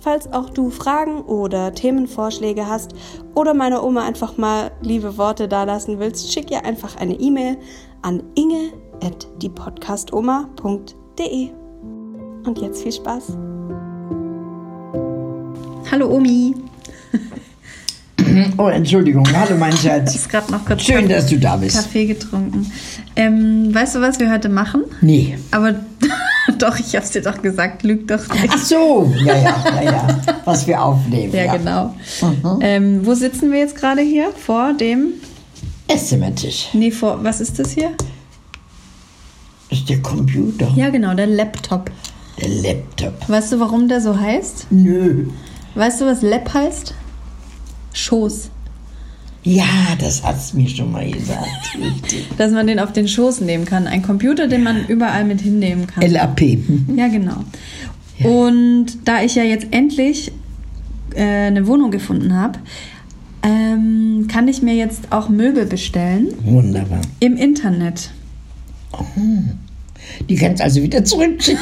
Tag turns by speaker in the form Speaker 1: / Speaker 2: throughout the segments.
Speaker 1: Falls auch du Fragen oder Themenvorschläge hast oder meiner Oma einfach mal liebe Worte dalassen willst, schick ihr einfach eine E-Mail an inge.diepodcastoma.de. E. Und jetzt viel Spaß.
Speaker 2: Hallo Omi.
Speaker 3: Oh, Entschuldigung. Hallo, mein
Speaker 2: Ich
Speaker 3: Schatz.
Speaker 2: habe gerade noch kurz
Speaker 3: Schön, dass du da bist.
Speaker 2: Kaffee getrunken. Ähm, weißt du, was wir heute machen?
Speaker 3: Nee.
Speaker 2: Aber doch, ich habe es dir doch gesagt, lüg doch nicht.
Speaker 3: Ach so. Ja, ja, ja, ja. Was wir aufnehmen.
Speaker 2: Ja, genau.
Speaker 3: Mhm.
Speaker 2: Ähm, wo sitzen wir jetzt gerade hier? Vor dem.
Speaker 3: Essenmentisch.
Speaker 2: Nee, vor. Was ist das hier?
Speaker 3: Das ist der Computer.
Speaker 2: Ja, genau, der Laptop.
Speaker 3: Der Laptop.
Speaker 2: Weißt du, warum der so heißt?
Speaker 3: Nö.
Speaker 2: Weißt du, was Lap heißt? Schoß.
Speaker 3: Ja, das hat's mir schon mal gesagt. Richtig.
Speaker 2: Dass man den auf den Schoß nehmen kann. Ein Computer, den man überall mit hinnehmen kann.
Speaker 3: LAP. Mhm.
Speaker 2: Ja, genau. Und da ich ja jetzt endlich äh, eine Wohnung gefunden habe, ähm, kann ich mir jetzt auch Möbel bestellen
Speaker 3: Wunderbar.
Speaker 2: im Internet.
Speaker 3: Die kannst also wieder zurückschicken.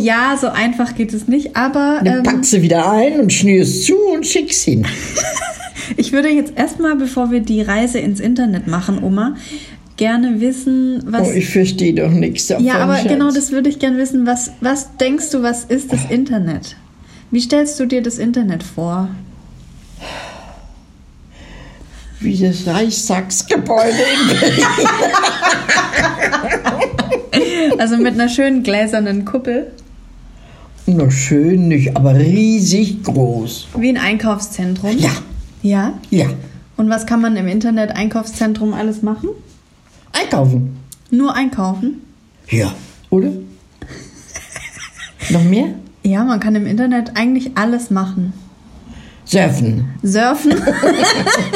Speaker 2: Ja, so einfach geht es nicht, aber
Speaker 3: Dann
Speaker 2: ähm,
Speaker 3: packst du wieder ein und schnürst zu und schickst hin.
Speaker 2: ich würde jetzt erstmal, bevor wir die Reise ins Internet machen, Oma, gerne wissen, was.
Speaker 3: Oh, ich verstehe doch nichts davon.
Speaker 2: ja, aber
Speaker 3: Schatz.
Speaker 2: genau das würde ich gerne wissen. Was, was denkst du, was ist das Internet? Wie stellst du dir das Internet vor?
Speaker 3: Wie das Reichstagsgebäude in Berlin.
Speaker 2: Also mit einer schönen gläsernen Kuppel,
Speaker 3: Na, schön nicht, aber riesig groß.
Speaker 2: wie ein Einkaufszentrum.
Speaker 3: Ja,
Speaker 2: Ja?
Speaker 3: ja.
Speaker 2: Und was kann man im Internet Einkaufszentrum alles machen?
Speaker 3: Einkaufen.
Speaker 2: Nur einkaufen?
Speaker 3: Ja, oder? Noch mehr?
Speaker 2: Ja, man kann im Internet eigentlich alles machen.
Speaker 3: Surfen.
Speaker 2: Surfen.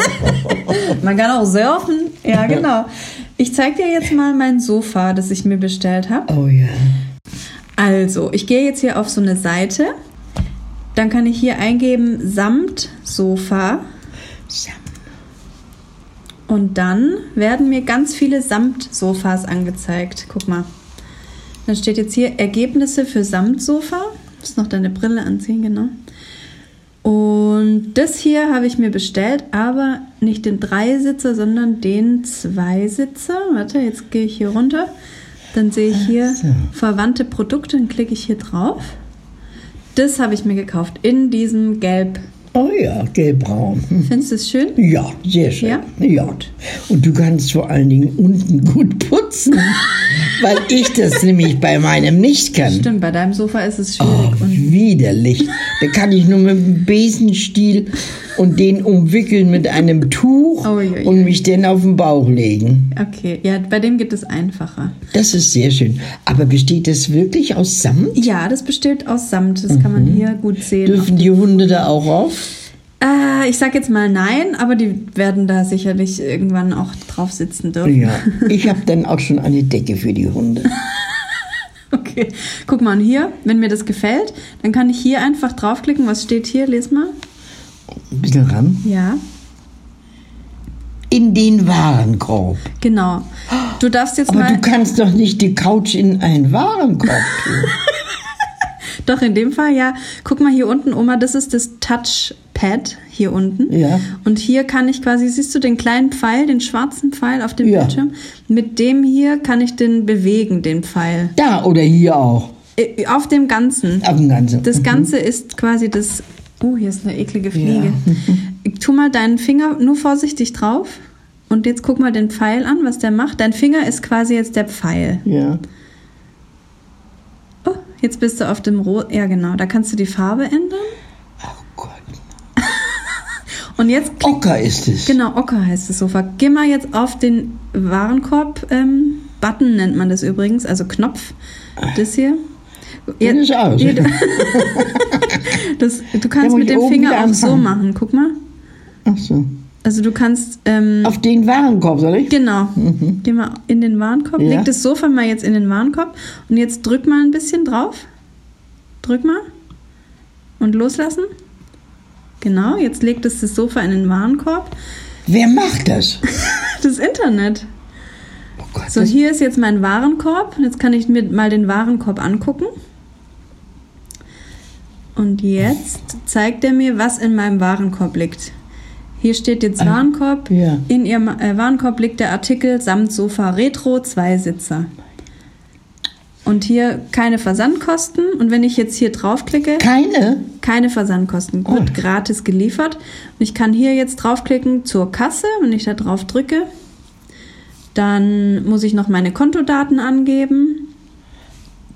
Speaker 2: man kann auch surfen. Ja, genau. Ich zeige dir jetzt mal mein Sofa, das ich mir bestellt habe.
Speaker 3: Oh ja.
Speaker 2: Also, ich gehe jetzt hier auf so eine Seite. Dann kann ich hier eingeben samt Sofa. Und dann werden mir ganz viele Samtsofas angezeigt. Guck mal. Dann steht jetzt hier Ergebnisse für Samtsofa. Muss noch deine Brille anziehen, genau. Und das hier habe ich mir bestellt, aber nicht den Dreisitzer, sondern den Zweisitzer. Warte, jetzt gehe ich hier runter. Dann sehe ich hier verwandte Produkte und klicke ich hier drauf. Das habe ich mir gekauft in diesem Gelb.
Speaker 3: Oh ja, gelbbraun. Hm.
Speaker 2: Findest du es schön?
Speaker 3: Ja, sehr schön.
Speaker 2: Ja?
Speaker 3: Gut. Und du kannst vor allen Dingen unten gut putzen, weil ich das nämlich bei meinem nicht kann.
Speaker 2: Stimmt, bei deinem Sofa ist es
Speaker 3: Oh,
Speaker 2: schwierig. und
Speaker 3: widerlich. Da kann ich nur mit dem Besenstiel und den umwickeln mit einem Tuch
Speaker 2: Oh, je, je.
Speaker 3: und mich dann auf den Bauch legen.
Speaker 2: okay, ja, bei dem gibt es einfacher.
Speaker 3: Das ist sehr schön. Aber besteht das wirklich aus Samt?
Speaker 2: Ja, das besteht aus Samt. Das kann man
Speaker 3: Mhm.
Speaker 2: hier gut sehen.
Speaker 3: Dürfen die Hunde da auch auf?
Speaker 2: Äh, ich sag jetzt mal nein, aber die werden da sicherlich irgendwann auch drauf sitzen dürfen.
Speaker 3: Ja. Ich habe dann auch schon eine Decke für die Hunde.
Speaker 2: Okay. Guck mal, und hier, wenn mir das gefällt, dann kann ich hier einfach draufklicken. Was steht hier? Les mal.
Speaker 3: Ein bisschen ran.
Speaker 2: Ja,
Speaker 3: In den Warenkorb.
Speaker 2: genau. Du darfst jetzt
Speaker 3: Aber
Speaker 2: mal.
Speaker 3: du kannst doch nicht die Couch in einen Warenkorb tun.
Speaker 2: Doch, in dem Fall, ja. Guck mal hier unten, Oma, das ist das Touchpad hier unten.
Speaker 3: Ja.
Speaker 2: Und hier kann ich quasi, siehst du den kleinen Pfeil, den schwarzen Pfeil auf dem
Speaker 3: Ja.
Speaker 2: Bildschirm? Mit dem hier kann ich den bewegen, den Pfeil.
Speaker 3: Da oder hier auch.
Speaker 2: Äh, Auf dem Ganzen.
Speaker 3: Auf dem Ganzen.
Speaker 2: Das Ganze ist quasi das. Oh, hier ist eine eklige Fliege. Tu mal deinen Finger nur vorsichtig drauf. Und jetzt guck mal den Pfeil an, was der macht. Dein Finger ist quasi jetzt der Pfeil.
Speaker 3: ja.
Speaker 2: Oh, jetzt bist du auf dem Rot. Ja, genau. Da kannst du die Farbe ändern.
Speaker 3: Oh Gott.
Speaker 2: Und jetzt
Speaker 3: Ocker ist es.
Speaker 2: Genau, Ocker heißt das Sofa. Geh mal jetzt auf den Warenkorb. Ähm, Button nennt man das übrigens, also Knopf. Das hier. Ja,
Speaker 3: Den ist aus.
Speaker 2: das, du kannst
Speaker 3: muss
Speaker 2: mit
Speaker 3: ich
Speaker 2: dem
Speaker 3: oben wieder
Speaker 2: Finger auch so
Speaker 3: anfangen.
Speaker 2: machen. Guck mal.
Speaker 3: Ach so.
Speaker 2: Also du kannst, ähm,
Speaker 3: Auf den Warenkorb, soll ich?
Speaker 2: genau, geh mal in den Warenkorb,
Speaker 3: Ja.
Speaker 2: leg das Sofa mal jetzt in den Warenkorb und jetzt drück mal ein bisschen drauf. Drück mal und loslassen. Genau, jetzt legt es das Sofa in den Warenkorb.
Speaker 3: Wer macht das?
Speaker 2: Das Internet.
Speaker 3: Oh Gott,
Speaker 2: So,
Speaker 3: das-
Speaker 2: hier ist jetzt mein Warenkorb. Jetzt kann ich mir mal den Warenkorb angucken. Und jetzt zeigt er mir, was in meinem Warenkorb liegt. Hier steht jetzt Warenkorb.
Speaker 3: ja.
Speaker 2: In ihrem äh, Warenkorb liegt der Artikel samt Sofa Retro Zweisitzer. Und hier keine Versandkosten. Und wenn ich jetzt hier draufklicke,
Speaker 3: Keine?
Speaker 2: keine Versandkosten. Wird
Speaker 3: Oh.
Speaker 2: gratis geliefert. Und ich kann hier jetzt draufklicken zur Kasse. Wenn ich da drauf drücke, dann muss ich noch meine Kontodaten angeben.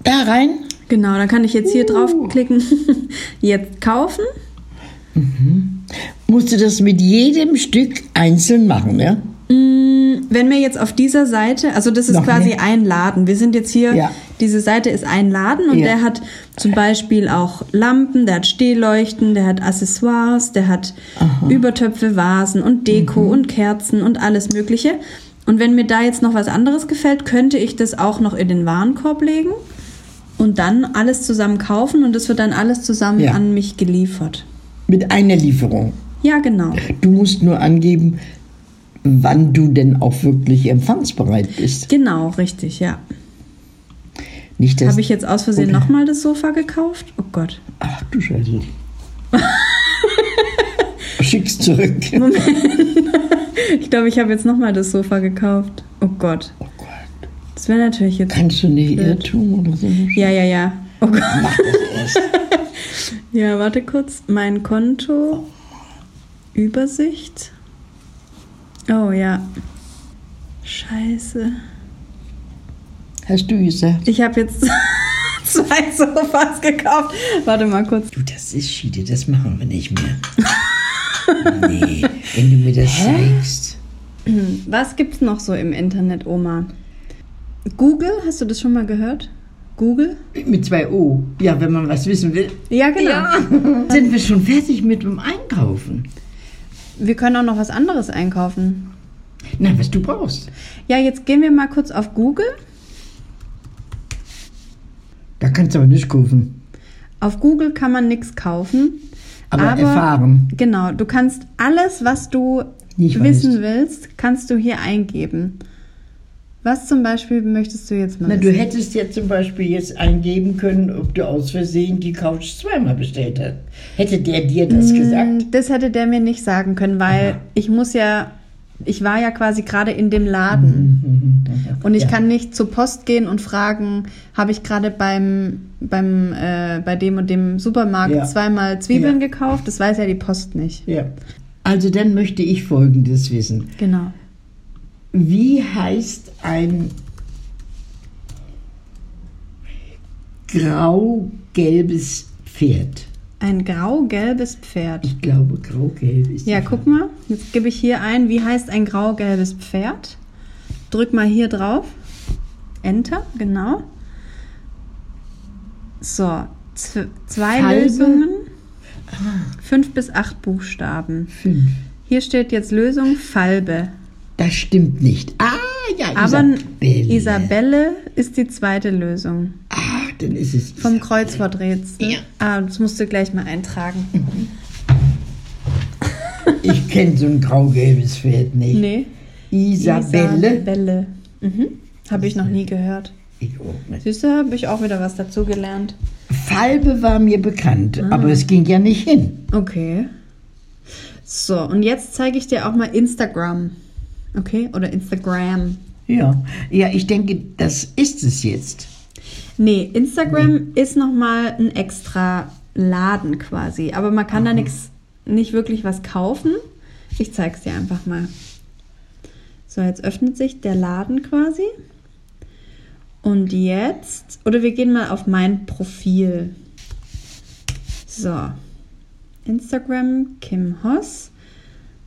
Speaker 3: Da rein?
Speaker 2: Genau, dann kann ich jetzt hier draufklicken. jetzt kaufen.
Speaker 3: Musst du das mit jedem Stück einzeln machen, ja?
Speaker 2: Wenn wir jetzt auf dieser Seite, also das ist
Speaker 3: Noch
Speaker 2: quasi
Speaker 3: nicht.
Speaker 2: ein Laden. Wir sind jetzt hier,
Speaker 3: Ja.
Speaker 2: diese Seite ist ein Laden und
Speaker 3: Ja.
Speaker 2: der hat zum Beispiel auch Lampen, der hat Stehleuchten, der hat Accessoires, der hat Übertöpfe, Vasen und
Speaker 3: Mhm.
Speaker 2: Deko und Kerzen und alles Mögliche. Und wenn mir da jetzt noch was anderes gefällt, könnte ich das auch noch in den Warenkorb legen und dann alles zusammen kaufen und das wird dann alles zusammen
Speaker 3: Ja.
Speaker 2: an mich geliefert.
Speaker 3: Mit einer Lieferung.
Speaker 2: Ja, genau.
Speaker 3: Du musst nur angeben, wann du denn auch wirklich empfangsbereit bist.
Speaker 2: Genau, richtig, ja.
Speaker 3: Nicht das.
Speaker 2: Habe ich jetzt aus Versehen nochmal das Sofa gekauft? Oh Gott.
Speaker 3: Ach du Scheiße. Schick's zurück.
Speaker 2: Ich glaube, ich habe jetzt nochmal das Sofa gekauft. Oh Gott.
Speaker 3: Oh Gott.
Speaker 2: Das wäre natürlich jetzt.
Speaker 3: Kannst du nicht Irrtum oder so?
Speaker 2: Ja, ja, ja. Oh Gott.
Speaker 3: Mach das erst.
Speaker 2: Ja, warte kurz. Mein Konto. Übersicht. Oh ja. Scheiße.
Speaker 3: Hast du gesagt?
Speaker 2: Ich habe jetzt zwei Sofas gekauft. Warte mal kurz.
Speaker 3: Du, das ist Schiede, das machen wir nicht mehr. nee, wenn du mir das zeigst.
Speaker 2: Was gibt's noch so im Internet, Oma? Google, hast du das schon mal gehört? Google?
Speaker 3: Mit zwei O. Ja, wenn man was wissen will.
Speaker 2: Ja, genau.
Speaker 3: Sind wir schon fertig mit dem Einkaufen?
Speaker 2: Wir können auch noch was anderes einkaufen.
Speaker 3: Na, was du brauchst.
Speaker 2: Ja, jetzt gehen wir mal kurz auf Google.
Speaker 3: Da kannst du aber nicht kaufen.
Speaker 2: Auf Google kann man nichts kaufen.
Speaker 3: Aber erfahren.
Speaker 2: Genau, du kannst alles, was du
Speaker 3: Ich weiß.
Speaker 2: wissen willst, kannst du hier eingeben. Was zum Beispiel möchtest du jetzt mal
Speaker 3: Na, du
Speaker 2: wissen?
Speaker 3: hättest ja zum Beispiel jetzt eingeben können, ob du aus Versehen die Couch zweimal bestellt hast. Hätte der dir das
Speaker 2: Mm.
Speaker 3: gesagt?
Speaker 2: Das hätte der mir nicht sagen können, weil ich muss ja, ich war ja quasi gerade in dem Laden und ich
Speaker 3: Mhm. Ja.
Speaker 2: kann nicht zur Post gehen und fragen, habe ich gerade beim beim äh, bei dem und dem Supermarkt
Speaker 3: Ja.
Speaker 2: zweimal Zwiebeln
Speaker 3: Ja.
Speaker 2: gekauft. Das weiß ja die Post nicht.
Speaker 3: Ja. Also dann möchte ich Folgendes wissen.
Speaker 2: Genau.
Speaker 3: Wie heißt ein grau-gelbes Pferd?
Speaker 2: Ein grau-gelbes Pferd.
Speaker 3: Ich glaube, grau-gelb ist
Speaker 2: Ja,
Speaker 3: die
Speaker 2: guck mal, jetzt gebe ich hier ein, wie heißt ein grau-gelbes Pferd? Drück mal hier drauf. Enter, genau. So, z- zwei
Speaker 3: Halbe.
Speaker 2: Lösungen. Fünf bis acht Buchstaben.
Speaker 3: Ah. Fünf.
Speaker 2: Hier steht jetzt Lösung Falbe.
Speaker 3: Das stimmt nicht. Ah, ja,
Speaker 2: Aber Isabelle,
Speaker 3: Isabelle.
Speaker 2: ist die zweite Lösung.
Speaker 3: Ah, dann ist es
Speaker 2: Vom Kreuzworträtsel.
Speaker 3: Ja. Mhm.
Speaker 2: Ah, das musst du gleich mal eintragen.
Speaker 3: Ich kenne so ein grau-gelbes Pferd nicht.
Speaker 2: Nee.
Speaker 3: Isabelle.
Speaker 2: Isabelle. Mhm. Habe ich noch nie gehört.
Speaker 3: Ich auch nicht.
Speaker 2: Siehst du, habe ich auch wieder was dazugelernt.
Speaker 3: Falbe war mir bekannt,
Speaker 2: Ah.
Speaker 3: aber es ging ja nicht hin.
Speaker 2: Okay. So, und jetzt zeige ich dir auch mal Instagram. Okay? Oder Instagram.
Speaker 3: Ja, ja, ich denke, das ist es jetzt.
Speaker 2: Nee, Instagram ist ist nochmal ein extra Laden quasi. Aber man kann da nichts, nicht wirklich was kaufen. Ich zeig's dir einfach mal. So, jetzt öffnet sich der Laden quasi. Und jetzt, oder wir gehen mal auf mein Profil. So, Instagram Kim Hoss.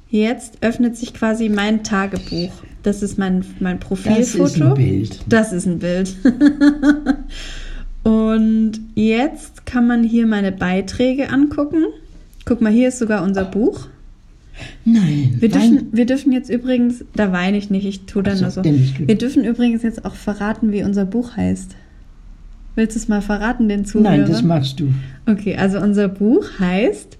Speaker 2: Jetzt öffnet sich quasi mein Tagebuch. Das ist mein, mein
Speaker 3: Das
Speaker 2: Profilfoto.
Speaker 3: ist ein Bild.
Speaker 2: Das ist ein Bild. Und jetzt kann man hier meine Beiträge angucken. Guck mal, hier ist sogar unser Buch.
Speaker 3: Nein.
Speaker 2: Wir
Speaker 3: Wein-
Speaker 2: dürfen, wir dürfen jetzt übrigens, da weine ich nicht, ich tue dann
Speaker 3: Ach so,
Speaker 2: nur so.
Speaker 3: denn nicht gut.
Speaker 2: Wir dürfen übrigens jetzt auch verraten, wie unser Buch heißt. Willst du es mal verraten, den Zuhörern?
Speaker 3: Nein, das machst du.
Speaker 2: Okay, also unser Buch heißt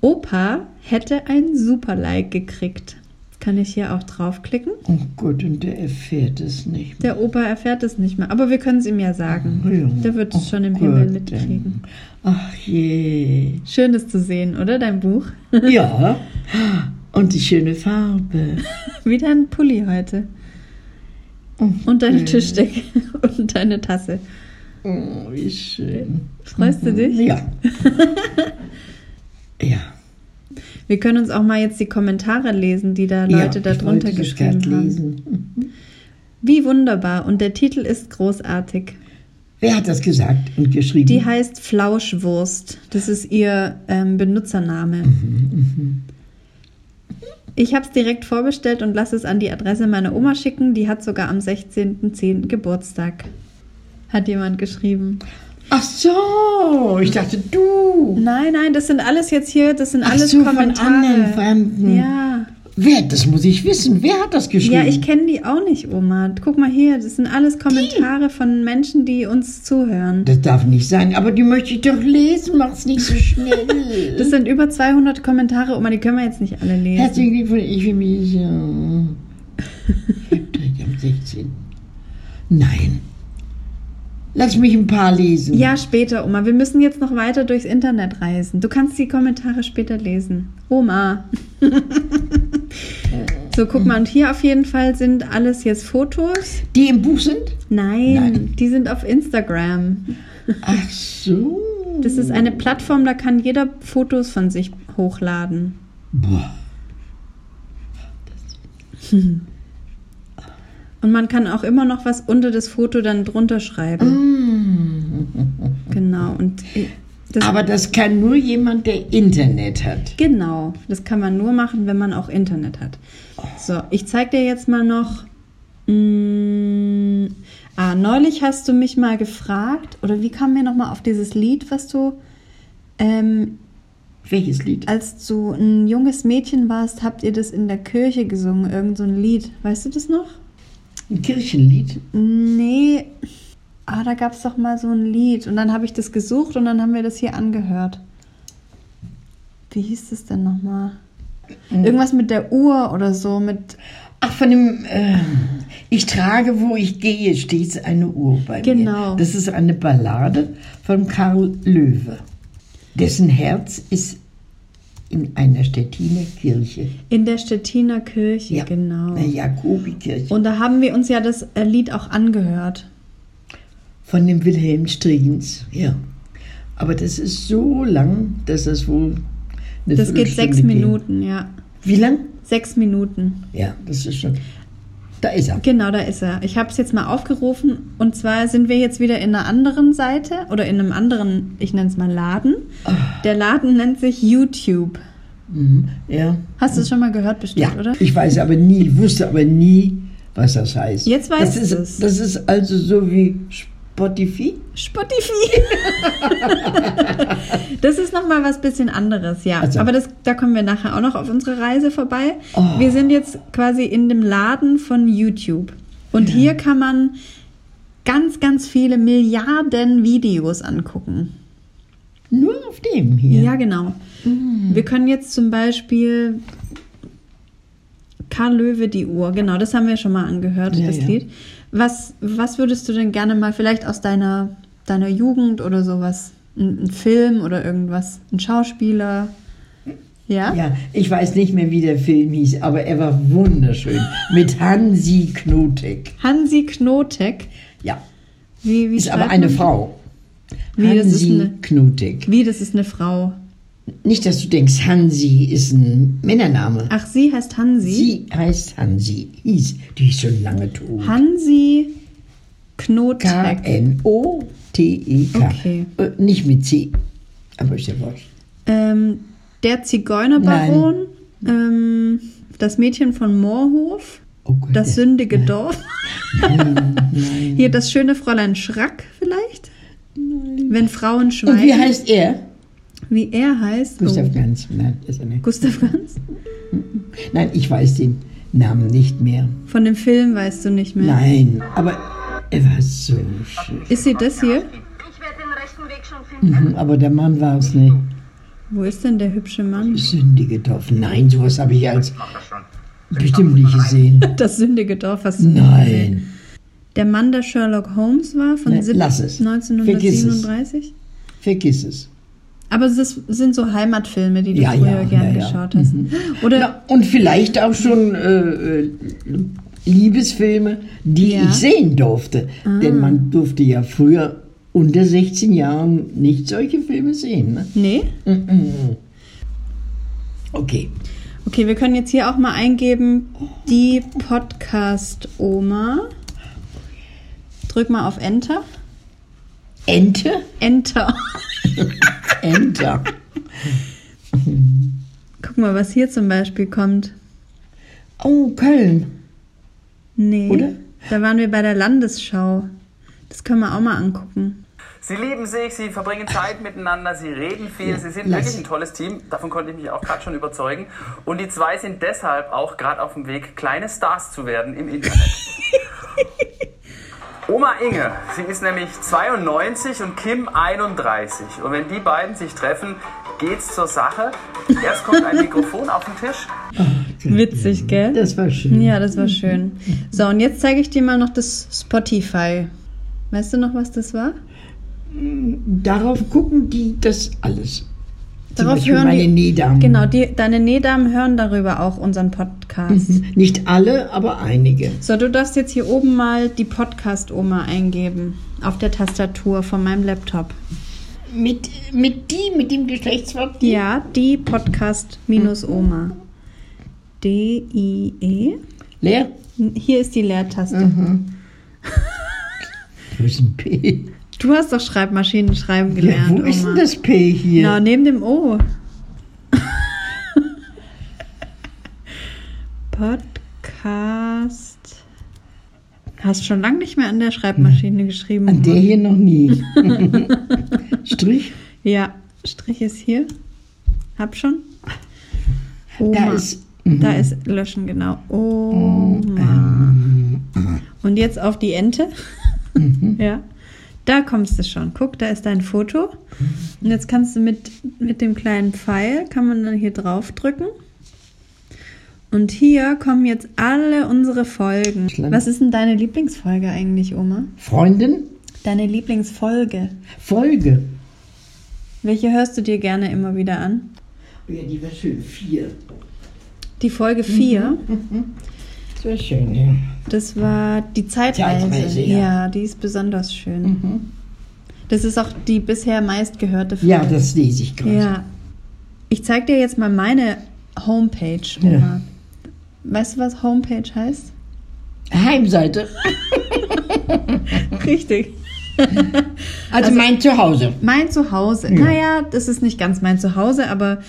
Speaker 2: Opa hätte ein super Like gekriegt. Kann ich hier auch draufklicken?
Speaker 3: Oh Gott, und der erfährt es nicht.
Speaker 2: Der Opa erfährt es nicht mehr, aber wir können es ihm ja
Speaker 3: Ja.
Speaker 2: sagen. Der wird es
Speaker 3: Oh
Speaker 2: schon im
Speaker 3: Gott,
Speaker 2: Himmel mitkriegen.
Speaker 3: dann. Ach je.
Speaker 2: Schön, das zu sehen, oder? Dein Buch.
Speaker 3: Ja. Und die schöne Farbe.
Speaker 2: Wieder ein Pulli heute. Und
Speaker 3: Äh.
Speaker 2: deine Tischdecke und deine Tasse.
Speaker 3: Oh, wie schön.
Speaker 2: Freust du dich?
Speaker 3: Ja. ja.
Speaker 2: Wir können uns auch mal jetzt die Kommentare lesen, die da Leute
Speaker 3: ja,
Speaker 2: da
Speaker 3: ich
Speaker 2: drunter
Speaker 3: wollte das grad
Speaker 2: geschrieben haben.
Speaker 3: Lesen.
Speaker 2: Wie wunderbar und der Titel ist großartig.
Speaker 3: Wer hat das gesagt und geschrieben?
Speaker 2: Die heißt Flauschwurst. Das ist ihr ähm, Benutzername.
Speaker 3: Mhm,
Speaker 2: Ich habe es direkt vorbestellt und lasse es an die Adresse meiner Oma schicken. Die hat sogar am 16.10. Geburtstag. Hat jemand geschrieben.
Speaker 3: Ach so, ich dachte du.
Speaker 2: Nein, nein, das sind alles jetzt hier, das sind
Speaker 3: Ach
Speaker 2: alles
Speaker 3: so, von
Speaker 2: Kommentare.
Speaker 3: anderen Fremden.
Speaker 2: Ja.
Speaker 3: Wer, das muss ich wissen. Wer hat das geschrieben?
Speaker 2: Ja, ich kenne die auch nicht, Oma. Guck mal hier, das sind alles Kommentare von Menschen, die uns zuhören.
Speaker 3: Das darf nicht sein, aber die möchte ich doch lesen. Mach's nicht so schnell.
Speaker 2: Das sind über 200 Kommentare, Oma, die können wir jetzt nicht alle lesen.
Speaker 3: Herzlichen Glückwunsch, ich will mich. Äh, direkt am 16. Nein. Lass mich ein paar lesen.
Speaker 2: Ja, später, Oma. Wir müssen jetzt noch weiter durchs Internet reisen. Du kannst die Kommentare später lesen. Oma. so, guck mal, und hier auf jeden Fall sind alles jetzt Fotos.
Speaker 3: Die im Buch sind?
Speaker 2: Nein,
Speaker 3: Nein.
Speaker 2: die sind auf Instagram.
Speaker 3: Ach so.
Speaker 2: Das ist eine Plattform, da kann jeder Fotos von sich hochladen.
Speaker 3: Boah.
Speaker 2: Und man kann auch immer noch was unter das Foto dann drunter schreiben. Genau, und das,
Speaker 3: Aber das kann nur jemand, der Internet hat.
Speaker 2: genau, das kann man nur machen, wenn man auch Internet hat. So, ich zeig dir jetzt mal noch. mm, ah, neulich hast du mich mal gefragt, oder wie kam mir nochmal auf dieses Lied, was du, ähm,
Speaker 3: Welches Lied?
Speaker 2: als du ein junges Mädchen warst, habt ihr das in der Kirche gesungen, irgend so ein Lied. Weißt du das noch?
Speaker 3: Ein Kirchenlied?
Speaker 2: Nee. Ah, da gab es doch mal so ein Lied. Und dann habe ich das gesucht und dann haben wir das hier angehört. Wie hieß das denn nochmal?
Speaker 3: Hm.
Speaker 2: Irgendwas mit der Uhr oder so. Mit
Speaker 3: Ach, von dem, äh, ich trage, wo ich gehe, stets eine Uhr bei mir.
Speaker 2: Genau.
Speaker 3: Das ist eine Ballade von Karl Löwe. Dessen Herz ist in einer Stettiner Kirche.
Speaker 2: in der Stettiner Kirche, genau.
Speaker 3: Eine Jakobikirche.
Speaker 2: Und da haben wir uns ja das äh, Lied auch angehört.
Speaker 3: Von dem Wilhelm Striegens, ja. Aber das ist so lang, dass das wohl eine
Speaker 2: Das geht
Speaker 3: Viertelstunde
Speaker 2: sechs
Speaker 3: geht.
Speaker 2: Minuten, ja.
Speaker 3: Wie lang?
Speaker 2: Sechs Minuten.
Speaker 3: Ja, das ist schon. Da ist er.
Speaker 2: Genau, da ist er. Ich habe es jetzt mal aufgerufen. Und zwar sind wir jetzt wieder in einer anderen Seite oder in einem anderen, ich nenne es mal Laden. Der Laden nennt sich YouTube.
Speaker 3: Mhm. Ja.
Speaker 2: Hast du es schon mal gehört bestimmt,
Speaker 3: Ja,
Speaker 2: oder?
Speaker 3: ich weiß aber nie, wusste aber nie, was das heißt.
Speaker 2: Jetzt weißt
Speaker 3: das ist,
Speaker 2: du es.
Speaker 3: Das ist also so wie Spotify.
Speaker 2: Spotify. das ist nochmal was bisschen anderes, ja.
Speaker 3: Also.
Speaker 2: Aber das, da kommen wir nachher auch noch auf unsere Reise vorbei.
Speaker 3: Oh.
Speaker 2: Wir sind jetzt quasi in dem Laden von YouTube. Und hier kann man ganz, ganz viele Milliarden Videos angucken.
Speaker 3: Nur auf dem
Speaker 2: Ja,
Speaker 3: hier.
Speaker 2: genau.
Speaker 3: Mhm.
Speaker 2: Wir können jetzt zum Beispiel Karl Löwe die Uhr, genau, das haben wir schon mal angehört,
Speaker 3: Ja,
Speaker 2: das
Speaker 3: ja.
Speaker 2: Lied. Was, was würdest du denn gerne mal vielleicht aus deiner, deiner Jugend oder sowas, ein, ein Film oder irgendwas, ein Schauspieler? Ja?
Speaker 3: Ja, ich weiß nicht mehr, wie der Film hieß, aber er war wunderschön. Mit Hansi Knotek.
Speaker 2: Hansi Knotek.
Speaker 3: Ja,
Speaker 2: Wie, wie
Speaker 3: ist aber
Speaker 2: schreibt
Speaker 3: eine
Speaker 2: man?
Speaker 3: Frau.
Speaker 2: Wie, das ist
Speaker 3: Hansi
Speaker 2: eine-
Speaker 3: Knotek.
Speaker 2: Wie, das ist eine Frau.
Speaker 3: Nicht, dass du denkst, Hansi ist ein Männername.
Speaker 2: Ach, sie heißt Hansi.
Speaker 3: Sie heißt Hansi. Hieß. Die ist schon lange tot.
Speaker 2: Hansi Knotek.
Speaker 3: K-N-O-T-E-K.
Speaker 2: Okay.
Speaker 3: Äh, nicht mit C. Aber ist ja wurscht.
Speaker 2: Ähm, der Zigeunerbaron, ähm, das Mädchen von Moorhof,
Speaker 3: Oh Gott,
Speaker 2: das
Speaker 3: ja.
Speaker 2: sündige Dorf. Hier das schöne Fräulein Schrack vielleicht. Wenn Frauen
Speaker 3: Und wie
Speaker 2: schweigen.
Speaker 3: heißt er?
Speaker 2: Wie, er heißt.
Speaker 3: Gustav
Speaker 2: oh,
Speaker 3: Ganz. Nein, ist er nicht.
Speaker 2: Gustav Ganz.
Speaker 3: Nein, ich weiß den Namen nicht mehr.
Speaker 2: Von dem Film weißt du nicht mehr.
Speaker 3: Nein, aber er war so schön.
Speaker 2: Ist sie das hier?
Speaker 4: Ich werde den rechten Weg schon finden.
Speaker 3: Mhm, Aber der Mann war es nicht.
Speaker 2: Wo ist denn der hübsche Mann?
Speaker 3: Sündige Dorf. Nein, sowas habe ich als bestimmt nicht gesehen.
Speaker 2: Das sündige Dorf hast du nicht gesehen.
Speaker 3: Nein.
Speaker 2: Der Mann, der Sherlock Holmes war von
Speaker 3: Ne,
Speaker 2: sieb-
Speaker 3: lass es.
Speaker 2: 1937?
Speaker 3: Vergiss es.
Speaker 2: Aber es ist- sind so Heimatfilme, die du
Speaker 3: Ja,
Speaker 2: früher
Speaker 3: ja,
Speaker 2: gern
Speaker 3: ja, Mhm. ja.
Speaker 2: geschaut hast. Oder
Speaker 3: Na, und vielleicht auch schon äh, äh, Liebesfilme, die
Speaker 2: Ja. Ah.
Speaker 3: ich sehen durfte. Denn man durfte ja früher unter 16 Jahren nicht solche Filme sehen. Ne?
Speaker 2: nee?
Speaker 3: Okay.
Speaker 2: Okay, wir können jetzt hier auch mal eingeben, die Podcast-Oma. Drück mal auf Enter.
Speaker 3: Ente?
Speaker 2: Enter.
Speaker 3: Enter.
Speaker 2: Guck mal, was hier zum Beispiel kommt.
Speaker 3: Oh, Köln.
Speaker 2: Nee.
Speaker 3: Oder?
Speaker 2: Da waren wir bei der Landesschau. Das können wir auch mal angucken.
Speaker 5: Sie lieben sich, sie verbringen Zeit miteinander, sie reden viel,
Speaker 3: Ja,
Speaker 5: sie sind
Speaker 3: lass.
Speaker 5: wirklich ein tolles Team. Davon konnte ich mich auch gerade schon überzeugen. Und die zwei sind deshalb auch gerade auf dem Weg, kleine Stars zu werden im Internet. Oma Inge, sie ist nämlich 92 und Kim 31. Und wenn die beiden sich treffen, geht's zur Sache. Erst kommt ein Mikrofon auf den Tisch,
Speaker 2: Witzig, gell?
Speaker 3: Ah, genau. Das war schön.
Speaker 2: Ja, das war schön. So, und jetzt zeige ich dir mal noch das Spotify. Weißt du noch, was das war?
Speaker 3: Darauf gucken die das alles. Zum
Speaker 2: Darauf
Speaker 3: Beispiel
Speaker 2: hören
Speaker 3: meine
Speaker 2: die-
Speaker 3: Nähdamen.
Speaker 2: Genau, die, deine Nähdamen hören darüber auch unseren Podcast.
Speaker 3: Nicht alle, aber einige.
Speaker 2: So, du darfst jetzt hier oben mal die Podcast-Oma eingeben. Auf der Tastatur von meinem Laptop.
Speaker 3: Mit, mit die, mit dem Geschlechtsverkehr?
Speaker 2: Ja, die Podcast-Oma. D-I-E.
Speaker 3: Leer?
Speaker 2: Hier ist die Leertaste.
Speaker 3: Mhm. Wo ist ein P?
Speaker 2: Du hast doch Schreibmaschinen schreiben
Speaker 3: Ja,
Speaker 2: gelernt,
Speaker 3: wo ist
Speaker 2: Oma.
Speaker 3: denn das P hier?
Speaker 2: Na, neben dem O. Podcast. Hast schon lange nicht mehr an der Schreibmaschine geschrieben.
Speaker 3: An
Speaker 2: Oma.
Speaker 3: der hier noch nie. Strich?
Speaker 2: Ja, Strich ist hier. Hab schon.
Speaker 3: Da
Speaker 2: Oma.
Speaker 3: ist. Mhm. Oh,
Speaker 2: Da ist löschen, genau. Oma.
Speaker 3: Ähm,
Speaker 2: Und jetzt auf die Ente.
Speaker 3: Mhm.
Speaker 2: ja. Da kommst du schon. Guck, da ist dein Foto. Und jetzt kannst du mit, mit dem kleinen Pfeil, kann man dann hier drauf drücken. Und hier kommen jetzt alle unsere Folgen.
Speaker 3: Schlimm.
Speaker 2: Was ist denn deine Lieblingsfolge eigentlich, Oma?
Speaker 3: Freundin?
Speaker 2: Deine Lieblingsfolge.
Speaker 3: Folge.
Speaker 2: Welche hörst du dir gerne immer wieder an?
Speaker 3: Ja, die war schön. Vier.
Speaker 2: Die Folge
Speaker 3: Mhm.
Speaker 2: 4.
Speaker 3: Das war schön, ja.
Speaker 2: Das war die Zeitreise.
Speaker 3: Zeitreise,
Speaker 2: ja.
Speaker 3: ja. Mhm.
Speaker 2: die ist besonders schön. Das ist auch die bisher meistgehörte Folge.
Speaker 3: Ja, das lese ich gerade.
Speaker 2: Ja. Ich zeig dir jetzt mal meine Homepage. Oma.
Speaker 3: Ja.
Speaker 2: Weißt du, was Homepage heißt?
Speaker 3: Heimseite. Mhm.
Speaker 2: Richtig.
Speaker 3: Also, mein Zuhause.
Speaker 2: Mein Zuhause. Naja, das ist nicht ganz mein Zuhause, aber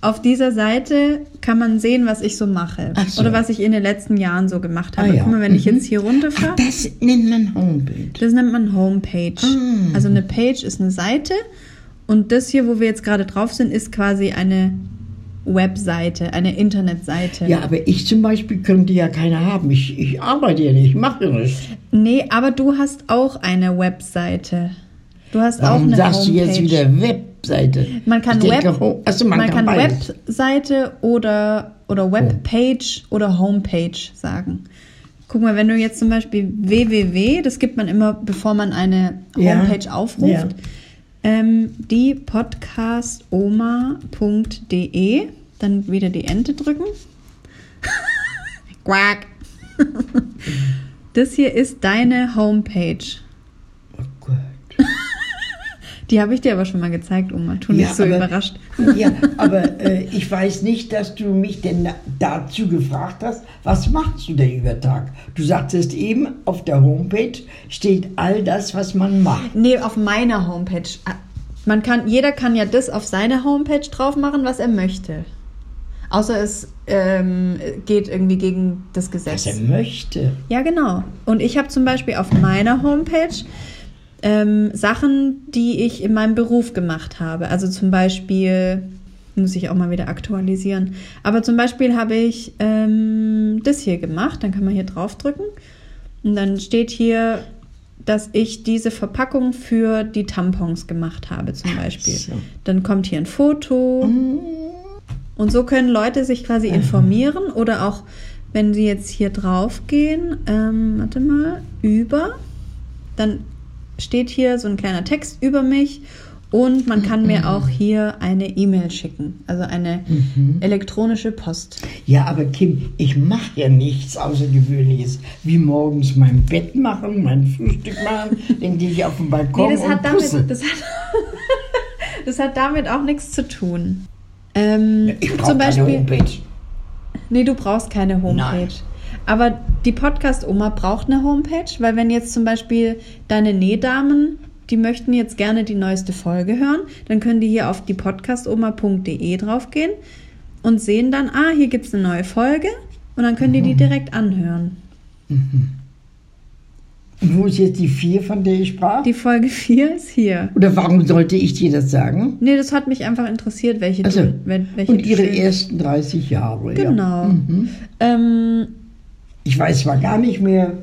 Speaker 2: auf dieser Seite kann man sehen, was ich so mache.
Speaker 3: Ach so.
Speaker 2: Oder was ich in den letzten Jahren so gemacht habe.
Speaker 3: Ah, ja.
Speaker 2: Guck mal, wenn ich
Speaker 3: Mhm.
Speaker 2: jetzt hier runterfahre.
Speaker 3: Ach, das nennt man Homepage.
Speaker 2: Das nennt man Homepage.
Speaker 3: Mhm.
Speaker 2: Also eine Page ist eine Seite und das hier, wo wir jetzt gerade drauf sind, ist quasi eine Webseite, eine Internetseite.
Speaker 3: Ja, aber ich zum Beispiel könnte ja keine haben. Ich, ich arbeite ja nicht, ich mache ja nichts.
Speaker 2: Nee, aber du hast auch eine Webseite. Du hast auch
Speaker 3: Warum
Speaker 2: eine
Speaker 3: sagst
Speaker 2: Homepage.
Speaker 3: du jetzt wieder Webseite?
Speaker 2: man kann
Speaker 3: Ich denke,
Speaker 2: Web,
Speaker 3: Ho- Achso, man, kann, beides. Oh.
Speaker 2: Webseite oder, oder Webpage oder Homepage sagen. Guck mal, wenn du jetzt zum Beispiel www, das gibt man immer, bevor man eine
Speaker 3: Ja.
Speaker 2: Homepage aufruft,
Speaker 3: Ja.
Speaker 2: ähm, die podcastoma.de, dann wieder die Ente drücken. Quack. das hier ist deine Homepage.
Speaker 3: Oh Gott.
Speaker 2: Die habe ich dir aber schon mal gezeigt, Oma. Tu nicht
Speaker 3: Ja,
Speaker 2: so
Speaker 3: aber-
Speaker 2: überrascht.
Speaker 3: Ja, aber äh, ich weiß nicht, dass du mich denn dazu gefragt hast, was machst du denn über Tag? Du sagtest eben, auf der Homepage steht all das, was man macht.
Speaker 2: Nee, auf meiner Homepage. Ah, Man kann, jeder kann ja das auf seine Homepage drauf machen, was er möchte. Außer es ähm, geht irgendwie gegen das Gesetz.
Speaker 3: Was er möchte.
Speaker 2: Ja, genau. Und ich habe zum Beispiel auf meiner Homepage ähm, Sachen, die ich in meinem Beruf gemacht habe. Also zum Beispiel Muss ich auch mal wieder aktualisieren. Aber zum Beispiel habe ich ähm, das hier gemacht. Dann kann man hier draufdrücken. Und dann steht hier, dass ich diese Verpackung für die Tampons gemacht habe, zum Beispiel.
Speaker 3: so.
Speaker 2: Dann kommt hier ein Foto. Und so können Leute sich quasi
Speaker 3: Mhm.
Speaker 2: informieren oder auch, wenn sie jetzt hier drauf gehen, ähm, warte mal, über, dann steht hier so ein kleiner Text über mich und man kann
Speaker 3: Mhm.
Speaker 2: mir auch hier eine E-Mail schicken, also eine
Speaker 3: Mhm.
Speaker 2: elektronische Post.
Speaker 3: Ja, aber Kim, ich mache ja nichts Außergewöhnliches, wie morgens mein Bett machen, mein Frühstück machen, dann gehe ich auf den Balkon
Speaker 2: Nee, das
Speaker 3: und
Speaker 2: hat
Speaker 3: pusse.
Speaker 2: damit, das hat, das hat damit auch nichts zu tun. Ähm,
Speaker 3: ich brauche
Speaker 2: zum
Speaker 3: keine
Speaker 2: Beispiel,
Speaker 3: Homepage.
Speaker 2: nee, du brauchst keine Homepage.
Speaker 3: Nein.
Speaker 2: Aber die Podcast-Oma braucht eine Homepage, weil wenn jetzt zum Beispiel deine Nähdamen, die möchten jetzt gerne die neueste Folge hören, dann können die hier auf die podcastoma.de draufgehen und sehen dann, ah, hier gibt es eine neue Folge und dann können die
Speaker 3: Mhm.
Speaker 2: die direkt anhören.
Speaker 3: Und Wo ist jetzt die 4, von der ich sprach?
Speaker 2: Die Folge 4 ist hier.
Speaker 3: Oder warum sollte ich dir das sagen?
Speaker 2: Nee, das hat mich einfach interessiert, welche,
Speaker 3: Also,
Speaker 2: du, wel- welche
Speaker 3: und
Speaker 2: du
Speaker 3: ihre
Speaker 2: schön-
Speaker 3: ersten 30 Jahre. Ja. Mhm.
Speaker 2: Genau. Ähm,
Speaker 3: Ich weiß zwar gar nicht mehr,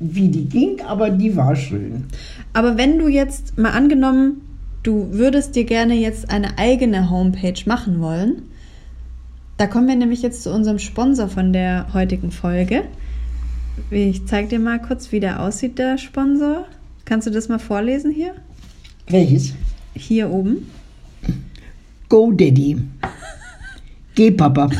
Speaker 3: wie die ging, aber die war schön.
Speaker 2: aber wenn du jetzt mal angenommen, du würdest dir gerne jetzt eine eigene Homepage machen wollen, da kommen wir nämlich jetzt zu unserem Sponsor von der heutigen Folge. Ich zeig dir mal kurz, wie der aussieht, der Sponsor. Kannst du das mal vorlesen hier?
Speaker 3: Welches?
Speaker 2: Hier oben.
Speaker 3: Go Daddy. Geh Papa.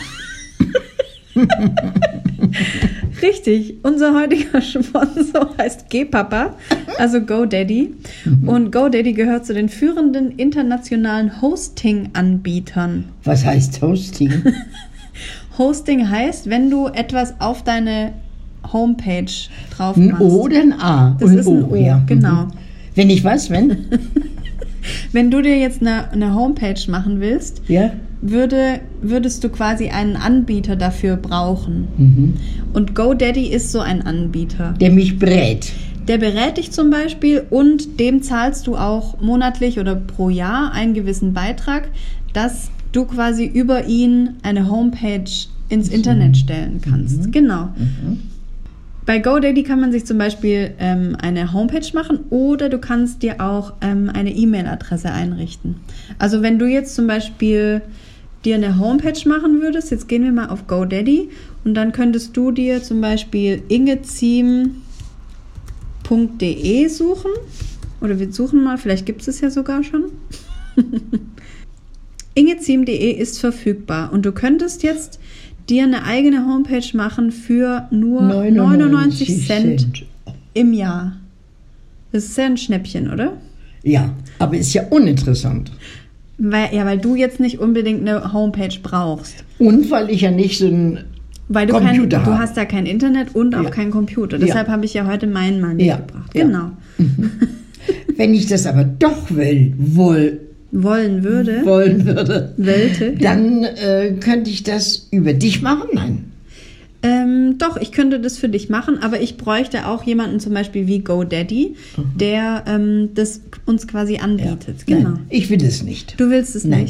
Speaker 2: Richtig, unser heutiger Sponsor heißt GPapa, also GoDaddy. Und GoDaddy gehört zu den führenden internationalen Hosting-Anbietern.
Speaker 3: Was heißt Hosting?
Speaker 2: Hosting heißt, wenn du etwas auf deine Homepage drauf
Speaker 3: Ein
Speaker 2: machst.
Speaker 3: O oder ein A?
Speaker 2: Das ist ein O,
Speaker 3: ja.
Speaker 2: genau.
Speaker 3: Mhm. Wenn ich was, wenn?
Speaker 2: Wenn du dir jetzt eine, eine Homepage machen willst,
Speaker 3: Ja.
Speaker 2: würde, würdest du quasi einen Anbieter dafür brauchen. Und GoDaddy ist so ein Anbieter.
Speaker 3: Der mich brät.
Speaker 2: Der berät dich zum Beispiel und dem zahlst du auch monatlich oder pro Jahr einen gewissen Beitrag, dass du quasi über ihn eine Homepage ins Internet stellen kannst. Genau. Bei GoDaddy kann man sich zum Beispiel ähm, eine Homepage machen oder du kannst dir auch ähm, eine E-Mail-Adresse einrichten. Also wenn du jetzt zum Beispiel dir eine Homepage machen würdest, jetzt gehen wir mal auf GoDaddy und dann könntest du dir zum Beispiel ingeziem .de E suchen. Oder wir suchen mal, vielleicht gibt es es ja sogar schon. ingeziem.de ist verfügbar und du könntest jetzt dir eine eigene Homepage machen für nur 99 Cent, im Jahr. Das ist ja ein Schnäppchen, oder?
Speaker 3: Ja, aber ist ja uninteressant.
Speaker 2: Weil, ja, weil du jetzt nicht unbedingt eine Homepage brauchst.
Speaker 3: Und weil ich ja nicht so ein.
Speaker 2: Weil du, kein,
Speaker 3: Computer
Speaker 2: du
Speaker 3: haben.
Speaker 2: hast ja kein Internet und auch
Speaker 3: Ja.
Speaker 2: keinen Computer. Deshalb habe ich ja heute meinen mal
Speaker 3: Ja.
Speaker 2: mitgebracht.
Speaker 3: Ja.
Speaker 2: Genau.
Speaker 3: Wenn ich das aber doch will, wohl,
Speaker 2: Wollen würde,
Speaker 3: wollen würde,
Speaker 2: wollte.
Speaker 3: Mhm. dann äh, könnte ich das über dich machen? Nein.
Speaker 2: Ähm, doch, ich könnte das für dich machen, aber ich bräuchte auch jemanden zum Beispiel wie GoDaddy, der ähm, das uns quasi anbietet. Genau.
Speaker 3: Mhm. Nein, ich will es nicht.
Speaker 2: Du willst es
Speaker 3: Nein.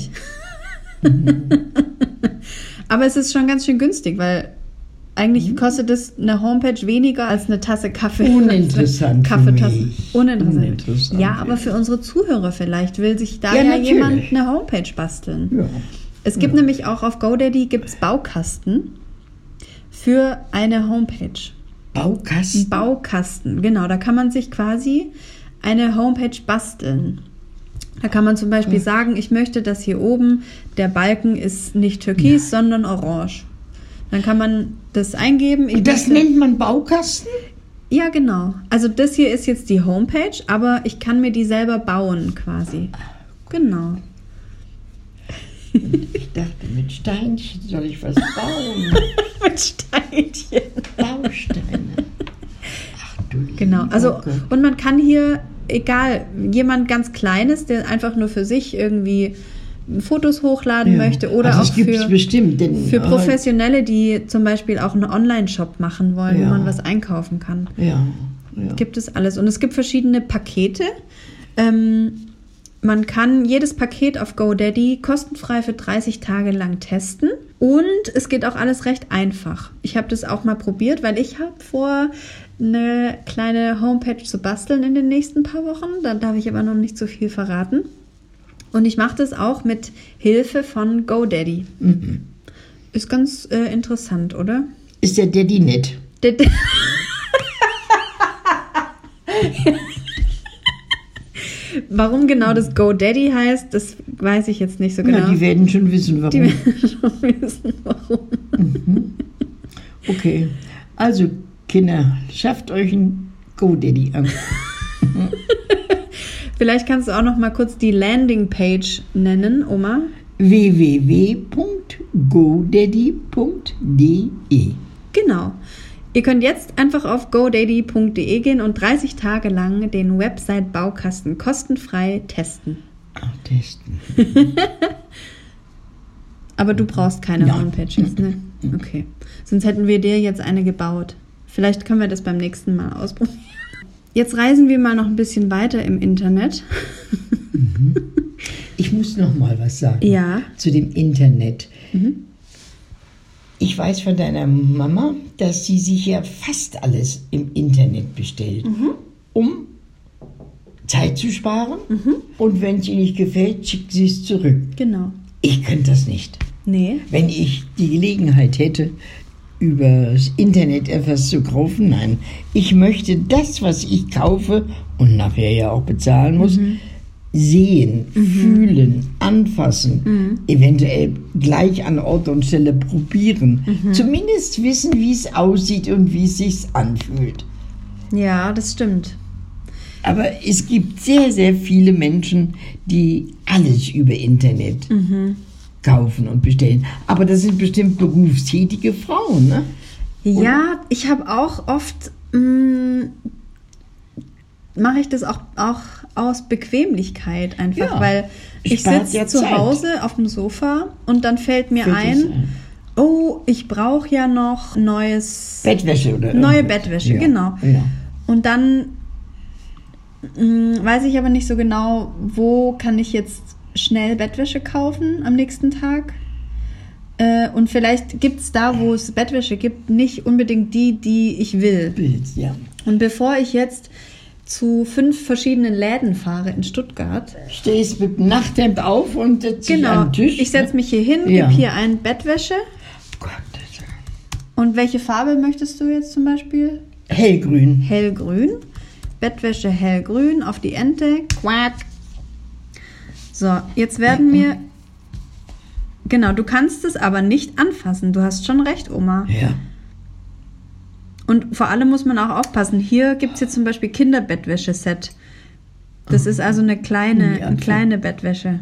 Speaker 3: Mhm.
Speaker 2: nicht. aber es ist schon ganz schön günstig, weil eigentlich
Speaker 3: Mhm.
Speaker 2: kostet es eine Homepage weniger als eine Tasse Kaffee.
Speaker 3: Uninteressant für
Speaker 2: Kaffeetasse.
Speaker 3: mich.
Speaker 2: Uninteressant.
Speaker 3: Uninteressant,
Speaker 2: Ja,
Speaker 3: ja.
Speaker 2: aber für unsere Zuhörer vielleicht will sich da
Speaker 3: Ja,
Speaker 2: ja,
Speaker 3: natürlich.
Speaker 2: jemand eine Homepage basteln.
Speaker 3: Ja.
Speaker 2: Es gibt nämlich auch auf GoDaddy gibt's Baukasten für eine Homepage.
Speaker 3: Baukasten.
Speaker 2: Baukasten, genau. Da kann man sich quasi eine Homepage basteln. Da kann man zum Beispiel sagen, ich möchte, dass hier oben der Balken ist nicht türkis, sondern orange. Dann kann man das eingeben. Ich
Speaker 3: Und Um das
Speaker 2: möchte-
Speaker 3: nennt man Baukasten?
Speaker 2: ja, genau. Also das hier ist jetzt die Homepage, aber ich kann mir die selber bauen quasi.
Speaker 3: Ah.
Speaker 2: Genau.
Speaker 3: Ich dachte, mit Steinchen soll ich was bauen.
Speaker 2: Mit Steinchen.
Speaker 3: Bausteine. Ach du lieber
Speaker 2: Genau, also
Speaker 3: Gott.
Speaker 2: und man kann hier, egal, jemand ganz Kleines, der einfach nur für sich irgendwie Fotos hochladen möchte oder
Speaker 3: also
Speaker 2: auch
Speaker 3: das gibt's
Speaker 2: für,
Speaker 3: bestimmt, Ah. denn äh,
Speaker 2: für
Speaker 3: heute-
Speaker 2: Professionelle, die zum Beispiel auch einen Online-Shop machen wollen, wo
Speaker 3: Ja.
Speaker 2: man was einkaufen kann.
Speaker 3: Ja, ja.
Speaker 2: Gibt es alles. Und es gibt verschiedene Pakete. Ähm, Man kann jedes Paket auf GoDaddy kostenfrei für 30 Tage lang testen. Und es geht auch alles recht einfach. Ich habe das auch mal probiert, weil ich habe vor, eine kleine Homepage zu basteln in den nächsten paar Wochen. Da darf ich aber noch nicht so viel verraten. Und ich mache das auch mit Hilfe von GoDaddy. Ist ganz äh, interessant, oder?
Speaker 3: Ist der Daddy nett?
Speaker 2: Der- Warum genau das GoDaddy heißt, das weiß ich jetzt nicht so genau.
Speaker 3: Na, die werden schon wissen,
Speaker 2: Die
Speaker 3: warum.
Speaker 2: werden schon wissen, warum.
Speaker 3: Okay. Also, Kinder, schafft euch ein GoDaddy an.
Speaker 2: Vielleicht kannst du auch noch mal kurz die Landingpage nennen, Oma.
Speaker 3: www.godaddy.de
Speaker 2: Genau. Ihr könnt jetzt einfach auf godaddy.de gehen und 30 Tage lang den Website-Baukasten kostenfrei testen.
Speaker 3: Ach, testen.
Speaker 2: Aber du brauchst keine
Speaker 3: Ja.
Speaker 2: Homepage jetzt, ne? Okay. Sonst hätten wir dir jetzt eine gebaut. Vielleicht können wir das beim nächsten Mal ausprobieren. Jetzt reisen wir mal noch ein bisschen weiter im Internet.
Speaker 3: Ich muss noch mal was sagen.
Speaker 2: Ja.
Speaker 3: Zu dem Internet. Ich weiß von deiner Mama, dass sie sich ja fast alles im Internet bestellt, um Zeit zu sparen. Und wenn es ihr nicht gefällt, schickt sie es zurück.
Speaker 2: Genau.
Speaker 3: Ich könnte das nicht.
Speaker 2: Nee.
Speaker 3: Wenn ich die Gelegenheit hätte, über das Internet etwas zu kaufen, nein. Ich möchte das, was ich kaufe und nachher ja auch bezahlen muss, sehen, fühlen, anfassen, eventuell gleich an Ort und Stelle probieren. Zumindest wissen, wie es aussieht und wie es sich anfühlt.
Speaker 2: Ja, das stimmt.
Speaker 3: Aber es gibt sehr, sehr viele Menschen, die alles über Internet
Speaker 2: Mhm.
Speaker 3: kaufen und bestellen. Aber das sind bestimmt berufstätige Frauen, ne?
Speaker 2: Ja, ich habe auch oft, mm, mache ich das auch, auch aus Bequemlichkeit einfach,
Speaker 3: Ja,
Speaker 2: weil ich
Speaker 3: spart
Speaker 2: sitze
Speaker 3: ja
Speaker 2: zu
Speaker 3: Zeit.
Speaker 2: Hause auf dem Sofa und dann fällt mir
Speaker 3: Fällt
Speaker 2: ein,
Speaker 3: es ein.
Speaker 2: oh, ich brauche ja noch neues,
Speaker 3: Bettwäsche oder
Speaker 2: neue
Speaker 3: irgendwas.
Speaker 2: Bettwäsche,
Speaker 3: Ja,
Speaker 2: genau.
Speaker 3: Ja.
Speaker 2: Und dann mm, weiß ich aber nicht so genau, wo kann ich jetzt schnell Bettwäsche kaufen am nächsten Tag. Äh, Und vielleicht gibt es da, wo es Bettwäsche gibt, nicht unbedingt die, die ich will.
Speaker 3: Bild, ja.
Speaker 2: Und bevor ich jetzt zu fünf verschiedenen Läden fahre in Stuttgart,
Speaker 3: Stehst mit dem Nachthemd auf und setzt dich an
Speaker 2: genau,
Speaker 3: den Tisch. ne?
Speaker 2: ich setze mich hier hin,
Speaker 3: Ja.
Speaker 2: gebe hier ein Bettwäsche.
Speaker 3: Gott, das ist-
Speaker 2: Und welche Farbe möchtest du jetzt zum Beispiel?
Speaker 3: Hellgrün.
Speaker 2: Hellgrün. Bettwäsche hellgrün auf die Ente. Quack. So, jetzt werden wir. Genau, du kannst es aber nicht anfassen. Du hast schon recht, Oma.
Speaker 3: Ja.
Speaker 2: Und vor allem muss man auch aufpassen. Hier gibt es jetzt zum Beispiel Kinderbettwäscheset. Das ist also eine kleine,
Speaker 3: Mhm. Ja,
Speaker 2: eine
Speaker 3: okay.
Speaker 2: kleine Bettwäsche.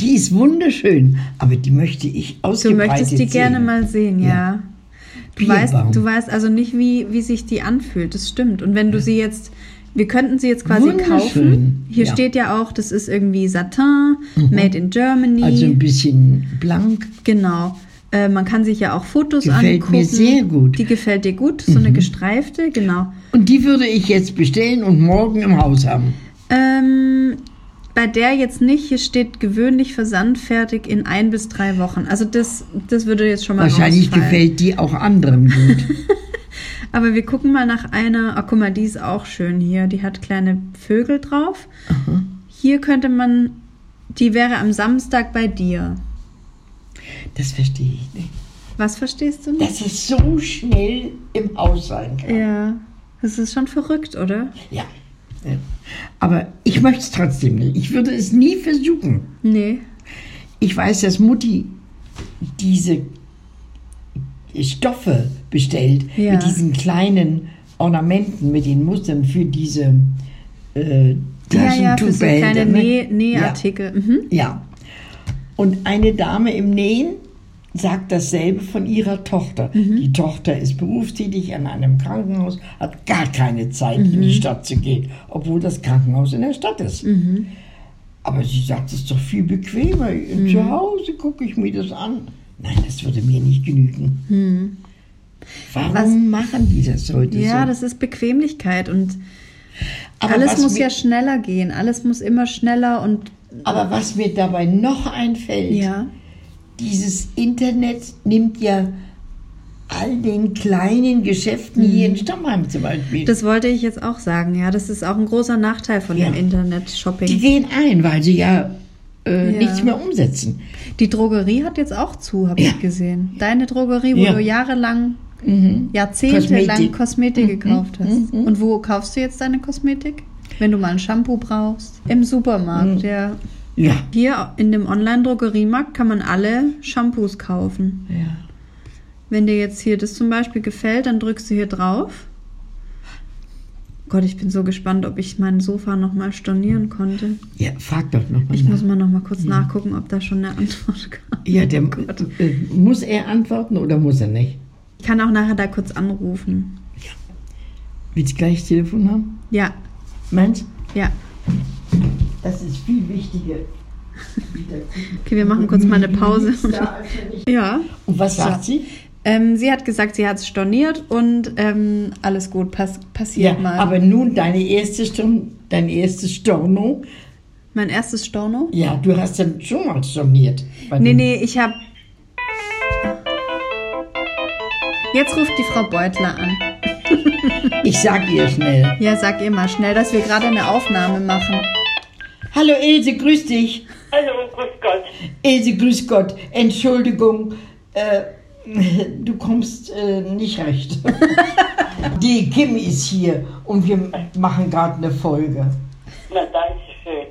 Speaker 3: Die ist wunderschön, aber die möchte ich
Speaker 2: Du
Speaker 3: ausgebreitet
Speaker 2: möchtest die
Speaker 3: sehen.
Speaker 2: gerne mal sehen, ja.
Speaker 3: Ja.
Speaker 2: Du, weißt,
Speaker 3: Bierbaum.
Speaker 2: du weißt also nicht, wie, wie sich die anfühlt. Das stimmt. Und wenn du sie jetzt, wir könnten sie jetzt quasi
Speaker 3: Wunderschön,
Speaker 2: kaufen. Hier
Speaker 3: ja. Mhm.
Speaker 2: steht ja auch, das ist irgendwie Satin, made in Germany.
Speaker 3: Also ein bisschen blank.
Speaker 2: genau. Äh, man kann sich ja auch Fotos
Speaker 3: Gefällt
Speaker 2: angucken.
Speaker 3: mir sehr gut. Mhm.
Speaker 2: Die gefällt dir gut, so eine gestreifte, genau.
Speaker 3: Und die würde ich jetzt bestellen und morgen im Haus haben.
Speaker 2: Ähm, bei der jetzt nicht, hier steht gewöhnlich versandfertig in ein bis drei Wochen. Also das, das würde jetzt schon mal
Speaker 3: Wahrscheinlich
Speaker 2: rausfallen.
Speaker 3: gefällt die auch anderen gut.
Speaker 2: Aber wir gucken mal nach einer. Ach, guck mal, die ist auch schön hier. Die hat kleine Vögel drauf. Hier könnte man. Die wäre am Samstag bei dir.
Speaker 3: Das verstehe ich nicht.
Speaker 2: Was verstehst du nicht?
Speaker 3: Dass es so schnell im Haus sein kann.
Speaker 2: ja. Das ist schon verrückt, oder?
Speaker 3: Ja. ja. Aber ich möchte es trotzdem nicht. Ich würde es nie versuchen.
Speaker 2: Nee.
Speaker 3: Ich weiß, dass Mutti diese Stoffe bestellt
Speaker 2: Ja.
Speaker 3: mit diesen kleinen Ornamenten, mit den Mustern für diese äh,
Speaker 2: Ja, ja, für so
Speaker 3: Taschentuchbehälter,
Speaker 2: kleine
Speaker 3: ne?
Speaker 2: Näh
Speaker 3: Ja.
Speaker 2: Nähartikel. Mhm.
Speaker 3: Ja. Und eine Dame im Nähen sagt dasselbe von ihrer Tochter.
Speaker 2: Mhm.
Speaker 3: Die Tochter ist berufstätig an einem Krankenhaus, hat gar keine Zeit, in
Speaker 2: Mhm.
Speaker 3: die Stadt zu gehen, obwohl das Krankenhaus in der Stadt ist.
Speaker 2: Mhm.
Speaker 3: Aber sie sagt, es ist doch viel bequemer.
Speaker 2: Mhm.
Speaker 3: Zu Hause gucke ich mir das an. Nein, das würde mir nicht genügen. Warum machen die das heute
Speaker 2: Mhm. Ja,
Speaker 3: so?
Speaker 2: das ist Bequemlichkeit und
Speaker 3: Aber
Speaker 2: alles
Speaker 3: was
Speaker 2: muss
Speaker 3: mir,
Speaker 2: ja schneller gehen, alles muss immer schneller und
Speaker 3: Aber was mir dabei noch einfällt,
Speaker 2: ja.
Speaker 3: dieses Internet nimmt ja all den kleinen Geschäften hier in Stammheim zum Beispiel.
Speaker 2: Das wollte ich jetzt auch sagen, ja. Das ist auch ein großer Nachteil von
Speaker 3: Ja.
Speaker 2: dem
Speaker 3: die
Speaker 2: Internet-Shopping.
Speaker 3: gehen ein, weil sie ja, äh,
Speaker 2: Ja.
Speaker 3: nichts mehr umsetzen.
Speaker 2: Die Drogerie hat jetzt auch zu, habe
Speaker 3: Ja.
Speaker 2: ich gesehen. Deine Drogerie, wo
Speaker 3: Ja.
Speaker 2: du jahrelang,
Speaker 3: Mhm.
Speaker 2: jahrzehntelang
Speaker 3: Kosmetik. Mhm.
Speaker 2: Kosmetik, gekauft hast. Und wo kaufst du jetzt deine Kosmetik? Wenn du mal ein Shampoo brauchst. Im
Speaker 3: Mhm.
Speaker 2: Supermarkt, ja.
Speaker 3: Ja.
Speaker 2: Hier in dem Online-Drogeriemarkt kann man alle Shampoos kaufen.
Speaker 3: ja.
Speaker 2: Wenn dir jetzt hier das zum Beispiel gefällt, dann drückst du hier drauf. Gott, ich bin so gespannt, ob ich mein Sofa nochmal stornieren konnte.
Speaker 3: Ja, frag doch nochmal
Speaker 2: Ich
Speaker 3: nach.
Speaker 2: muss mal noch mal kurz nachgucken, ob da schon eine Antwort Oh kam.
Speaker 3: ja, der, äh, muss er antworten oder muss er nicht?
Speaker 2: Ich kann auch nachher da kurz anrufen.
Speaker 3: Willst du gleich das Telefon haben?
Speaker 2: Ja,
Speaker 3: Meins?
Speaker 2: ja.
Speaker 3: Das ist viel wichtiger. Wieder
Speaker 2: Okay, wir machen kurz mal eine Pause.
Speaker 3: da als wenn ich-
Speaker 2: Ja.
Speaker 3: Und was sagt sie?
Speaker 2: Ähm, sie hat gesagt, sie hat es storniert und ähm, alles gut, pass passiert mal.
Speaker 3: aber nun deine erste Stunde, dein erstes Storno.
Speaker 2: mein erstes Storno?
Speaker 3: Ja, du hast dann schon mal storniert. Bei
Speaker 2: Nee,
Speaker 3: dem-
Speaker 2: nee, ich habe. Jetzt ruft die Frau Beutler an.
Speaker 3: Ich sag ihr schnell.
Speaker 2: Ja, sag ihr mal schnell, dass wir gerade eine Aufnahme machen.
Speaker 3: Hallo Ilse, grüß dich.
Speaker 6: Hallo, Also, grüß Gott.
Speaker 3: Ilse, grüß Gott. Entschuldigung, äh, du kommst äh, nicht recht. Die Kim ist hier und wir machen gerade eine Folge.
Speaker 6: Na, danke schön.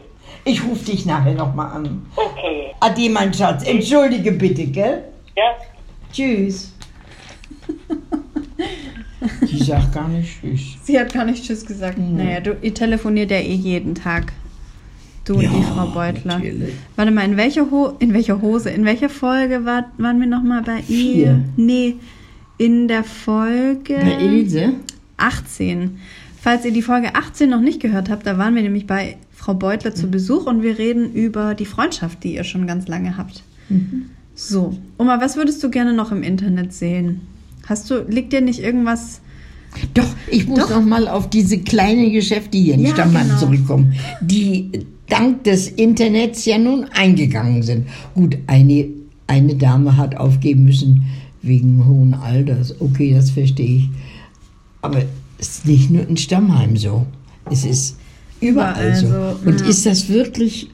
Speaker 3: Ich rufe dich nachher nochmal an.
Speaker 6: Okay,
Speaker 3: Ade, mein Schatz. Entschuldige bitte, gell?
Speaker 6: ja.
Speaker 3: Tschüss. Die sagt gar nicht Tschüss.
Speaker 2: Sie hat gar nicht Tschüss gesagt. Naja, du, ihr telefoniert ja eh jeden Tag. Du und die Frau Beutler.
Speaker 3: natürlich.
Speaker 2: Warte mal, in welcher, Ho in welcher Hose, in welcher Folge war, waren wir nochmal bei ihr?
Speaker 3: Vier.
Speaker 2: Nee, in der Folge
Speaker 3: Bei Ilse?
Speaker 2: 18. Falls ihr die Folge 18 noch nicht gehört habt, da waren wir nämlich bei Frau Beutler zu Besuch und wir reden über die Freundschaft, die ihr schon ganz lange habt. So, Oma, was würdest du gerne noch im Internet sehen? Hast du, liegt dir nicht irgendwas
Speaker 3: Doch, ich muss
Speaker 2: Doch.
Speaker 3: noch mal auf diese kleinen Geschäfte hier in
Speaker 2: Ja,
Speaker 3: Stammheim
Speaker 2: genau.
Speaker 3: zurückkommen, die dank des Internets ja nun eingegangen sind. Gut, eine, eine Dame hat aufgeben müssen wegen hohen Alters. Okay, das verstehe ich. Aber es ist nicht nur in Stammheim so. Es ist überall,
Speaker 2: Überall
Speaker 3: so.
Speaker 2: so,
Speaker 3: Und
Speaker 2: ja.
Speaker 3: ist das wirklich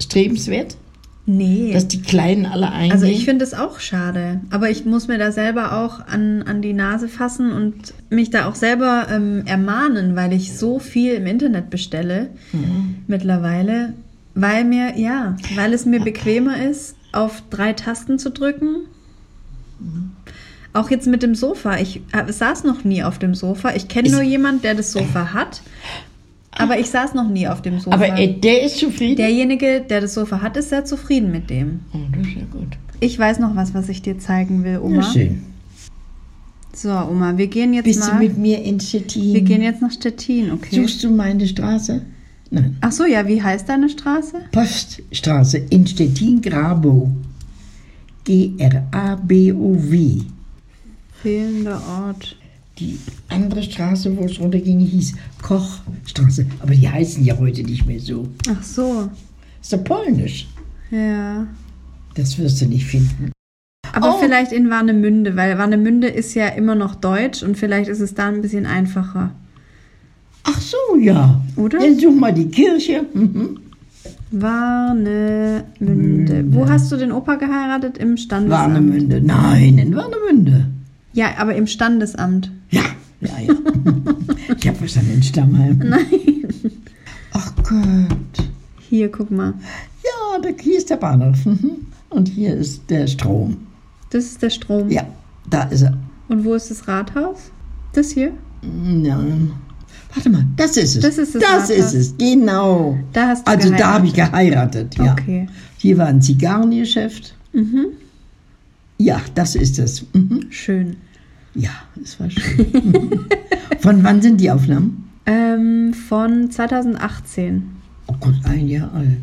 Speaker 3: strebenswert,
Speaker 2: Nee.
Speaker 3: dass die Kleinen alle eingehen?
Speaker 2: also ich finde es auch schade, aber ich muss mir da selber auch an, an die Nase fassen und mich da auch selber ähm, ermahnen, weil ich so viel im Internet bestelle
Speaker 3: Mhm.
Speaker 2: mittlerweile, weil mir, ja, weil es mir bequemer ist, auf drei Tasten zu drücken. Auch jetzt mit dem Sofa. Ich äh, saß noch nie auf dem Sofa. Ich kenne
Speaker 3: Ist- Äh.
Speaker 2: nur jemand, der das Sofa hat, aber ich saß noch nie auf dem Sofa.
Speaker 3: Aber äh, der ist zufrieden.
Speaker 2: Derjenige, der das Sofa hat, ist sehr zufrieden mit dem.
Speaker 3: oh, das ist ja gut.
Speaker 2: Ich weiß noch was, was ich dir zeigen will,
Speaker 3: Ja,
Speaker 2: Oma.
Speaker 3: schön.
Speaker 2: so, Oma, wir gehen jetzt
Speaker 3: Bist du
Speaker 2: mal.
Speaker 3: mit mir in Stettin?
Speaker 2: wir gehen jetzt nach Stettin, okay?
Speaker 3: Suchst du meine Straße? Nein.
Speaker 2: Ach so, ja, wie heißt deine Straße?
Speaker 3: Poststraße in Stettin-Grabow. G-R-A-B-O-W.
Speaker 2: Fehlender Ort.
Speaker 3: Die andere Straße, wo es runterging, hieß Kochstraße. Aber die heißen ja heute nicht mehr so.
Speaker 2: Ach so,
Speaker 3: Ist doch polnisch.
Speaker 2: ja.
Speaker 3: Das wirst du nicht finden.
Speaker 2: Aber
Speaker 3: Oh.
Speaker 2: vielleicht in Warnemünde, weil Warnemünde ist ja immer noch deutsch und vielleicht ist es da ein bisschen einfacher.
Speaker 3: Ach so, ja.
Speaker 2: Oder?
Speaker 3: Dann such mal die Kirche. Mhm.
Speaker 2: Warnemünde. Wo hast du den Opa geheiratet? Im Standesamt.
Speaker 3: Warnemünde. Nein, in Warnemünde.
Speaker 2: Ja, aber im Standesamt.
Speaker 3: Ja, ja, ja. ich habe verstanden, in Stammheim. Nein. Ach Gott.
Speaker 2: Hier, guck mal.
Speaker 3: Ja, da, hier ist der Bahnhof. Mhm. Und hier ist der Strom.
Speaker 2: Das ist der Strom.
Speaker 3: Ja, da ist er.
Speaker 2: Und wo ist das Rathaus? Das hier?
Speaker 3: Nein. Mm, Warte mal, das ist es.
Speaker 2: Das ist es,
Speaker 3: Das
Speaker 2: Martha.
Speaker 3: ist es, genau.
Speaker 2: Da hast du
Speaker 3: also da habe ich
Speaker 2: geheiratet.
Speaker 3: geheiratet, ja.
Speaker 2: Okay. Mhm.
Speaker 3: Hier war ein Zigarrengeschäft. Ja, das ist es. Mhm.
Speaker 2: Schön.
Speaker 3: Ja, das war schön. Mhm. Von wann sind die Aufnahmen?
Speaker 2: Ähm, von 2018.
Speaker 3: Oh Gott, ein Jahr alt.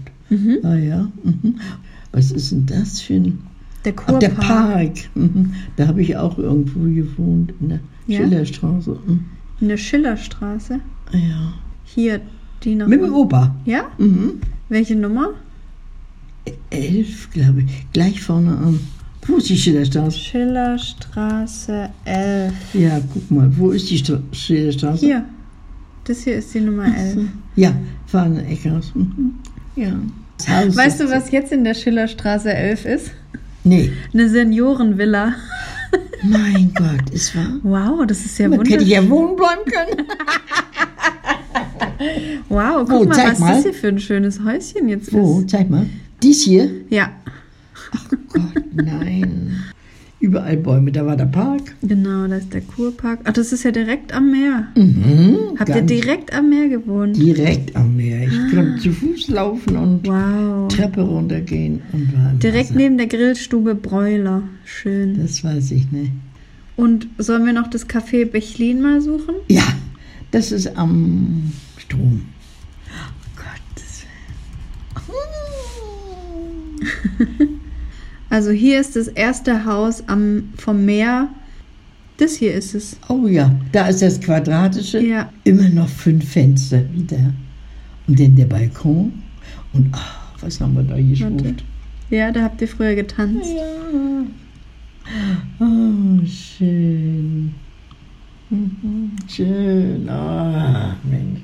Speaker 3: Ah ja. Mhm. Was ist denn das für ein...
Speaker 2: Der
Speaker 3: Ach,
Speaker 2: Kurpark.
Speaker 3: der Park. Mhm. Da habe ich auch irgendwo gewohnt, in der
Speaker 2: Ja?
Speaker 3: Schillerstraße. Mhm.
Speaker 2: In der Schillerstraße.
Speaker 3: Ja.
Speaker 2: Hier, die noch.
Speaker 3: Mit dem Opa.
Speaker 2: ja?
Speaker 3: Mhm.
Speaker 2: Welche Nummer?
Speaker 3: Elf, glaube ich. Gleich vorne am. Wo ist die Schillerstraße?
Speaker 2: Schillerstraße 11.
Speaker 3: Ja, guck mal. Wo ist die Stra Schillerstraße?
Speaker 2: Hier. Das hier ist die Nummer 11.
Speaker 3: Ja, vorne Ecke raus. Mhm. Ja. Das Haus.
Speaker 2: Weißt du, was jetzt in der Schillerstraße 11 ist?
Speaker 3: Nee.
Speaker 2: Eine Seniorenvilla.
Speaker 3: Mein Gott, ist wahr.
Speaker 2: Wow, das ist ja
Speaker 3: Man hätte
Speaker 2: wunderschön.
Speaker 3: ja wohnen bleiben können.
Speaker 2: Wow, guck
Speaker 3: Oh,
Speaker 2: mal,
Speaker 3: zeig
Speaker 2: was
Speaker 3: mal.
Speaker 2: das hier für ein schönes Häuschen jetzt
Speaker 3: Wo?
Speaker 2: ist.
Speaker 3: Zeig mal. Dies hier? Oh
Speaker 2: Ja,
Speaker 3: Gott, nein. Überall Bäume. Da war der Park.
Speaker 2: genau, da ist der Kurpark. Ach, das ist ja direkt am Meer.
Speaker 3: Mhm.
Speaker 2: Habt ihr
Speaker 3: ganz
Speaker 2: direkt am Meer gewohnt?
Speaker 3: direkt am Meer. Ich konnte zu Fuß laufen und
Speaker 2: Ah. Wow.
Speaker 3: Treppe runtergehen und war im
Speaker 2: Direkt
Speaker 3: Wasser.
Speaker 2: neben der Grillstube Bräuler. Schön.
Speaker 3: Das weiß ich nicht.
Speaker 2: Und sollen wir noch das Café Bechlin mal suchen?
Speaker 3: Ja, das ist am Strom.
Speaker 2: Also hier ist das erste Haus am, vom Meer. Das hier ist es.
Speaker 3: Oh ja, da ist das quadratische.
Speaker 2: Ja.
Speaker 3: Immer noch fünf Fenster wieder. Und dann der Balkon. Und ah, was haben wir da geschrumpft?
Speaker 2: Ja, da habt ihr früher getanzt.
Speaker 3: Ja. Oh, schön. Mhm, Schön. Ah, Mensch.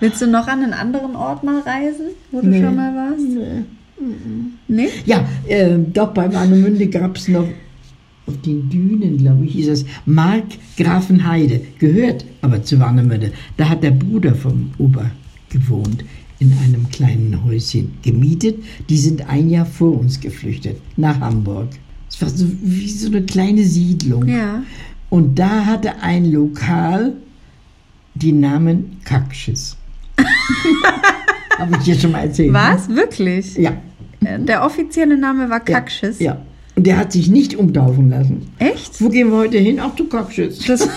Speaker 2: Willst du noch an einen anderen Ort mal reisen, wo du
Speaker 3: Nee.
Speaker 2: schon mal warst?
Speaker 3: Nee. Mhm.
Speaker 2: Nee?
Speaker 3: Ja, äh, doch, bei Warnemünde gab es noch auf den Dünen, glaube ich, hieß es Mark Grafenheide. Gehört aber zu Warnemünde. Da hat der Bruder vom Opa gewohnt, in einem kleinen Häuschen gemietet. Die sind ein Jahr vor uns geflüchtet, nach Hamburg. Es war so wie so eine kleine Siedlung.
Speaker 2: Ja.
Speaker 3: Und da hatte ein Lokal den Namen Kackschiss. Habe ich dir schon mal erzählt. ne?
Speaker 2: Was? Wirklich?
Speaker 3: Ja.
Speaker 2: Äh, Der offizielle Name war
Speaker 3: Ja,
Speaker 2: Kackschiss.
Speaker 3: Ja. Und der hat sich nicht umtaufen lassen.
Speaker 2: Echt?
Speaker 3: Wo gehen wir heute hin? Ach du Kackschiss.
Speaker 2: Das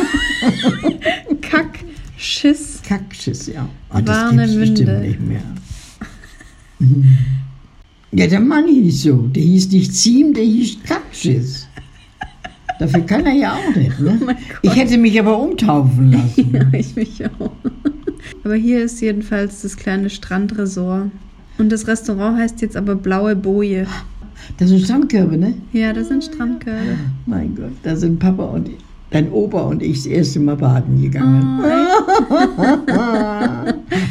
Speaker 2: Kackschiss.
Speaker 3: Kackschiss, ja. Ah, das gibt's
Speaker 2: Warnemünde.
Speaker 3: bestimmt nicht mehr. Mhm. Ja, der Mann hieß so. Der hieß nicht Ziem, der hieß Kackschiss. Dafür kann er ja auch nicht. Ne? ich hätte mich aber umtaufen lassen.
Speaker 2: Ja, ich mich auch. Aber hier ist jedenfalls das kleine Strandresort. Und das Restaurant heißt jetzt aber Blaue Boje.
Speaker 3: Das sind Strandkörbe, ne?
Speaker 2: Ja, das sind Strandkörbe.
Speaker 3: Mein Gott, da sind Papa und ich, dein Opa und ich das erste Mal baden gegangen.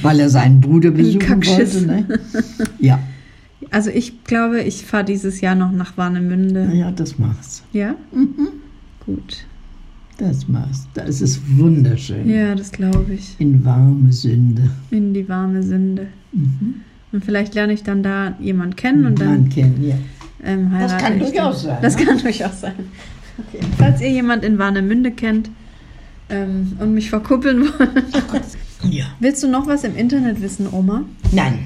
Speaker 3: Weil er seinen Bruder besuchen
Speaker 2: Ah. Kackschiss.
Speaker 3: wollte, ne? Ja.
Speaker 2: Also ich glaube, ich fahre dieses Jahr noch nach Warnemünde.
Speaker 3: Naja, das machst
Speaker 2: Ja?
Speaker 3: Mhm.
Speaker 2: Gut.
Speaker 3: Das machst Das ist wunderschön.
Speaker 2: Ja, das glaube ich.
Speaker 3: In warme Sünde.
Speaker 2: In die warme Sünde.
Speaker 3: Mhm.
Speaker 2: Und vielleicht lerne ich dann da jemand kennen und
Speaker 3: Man
Speaker 2: dann
Speaker 3: kennt, ja.
Speaker 2: ähm, heirate
Speaker 3: Das kann
Speaker 2: ich
Speaker 3: durchaus
Speaker 2: den.
Speaker 3: sein,
Speaker 2: Das
Speaker 3: ne?
Speaker 2: kann durchaus sein. Okay. Falls ihr jemand in Warnemünde kennt ähm, und mich verkuppeln wollt.
Speaker 3: ja.
Speaker 2: Willst du noch was im Internet wissen, Oma?
Speaker 3: Nein.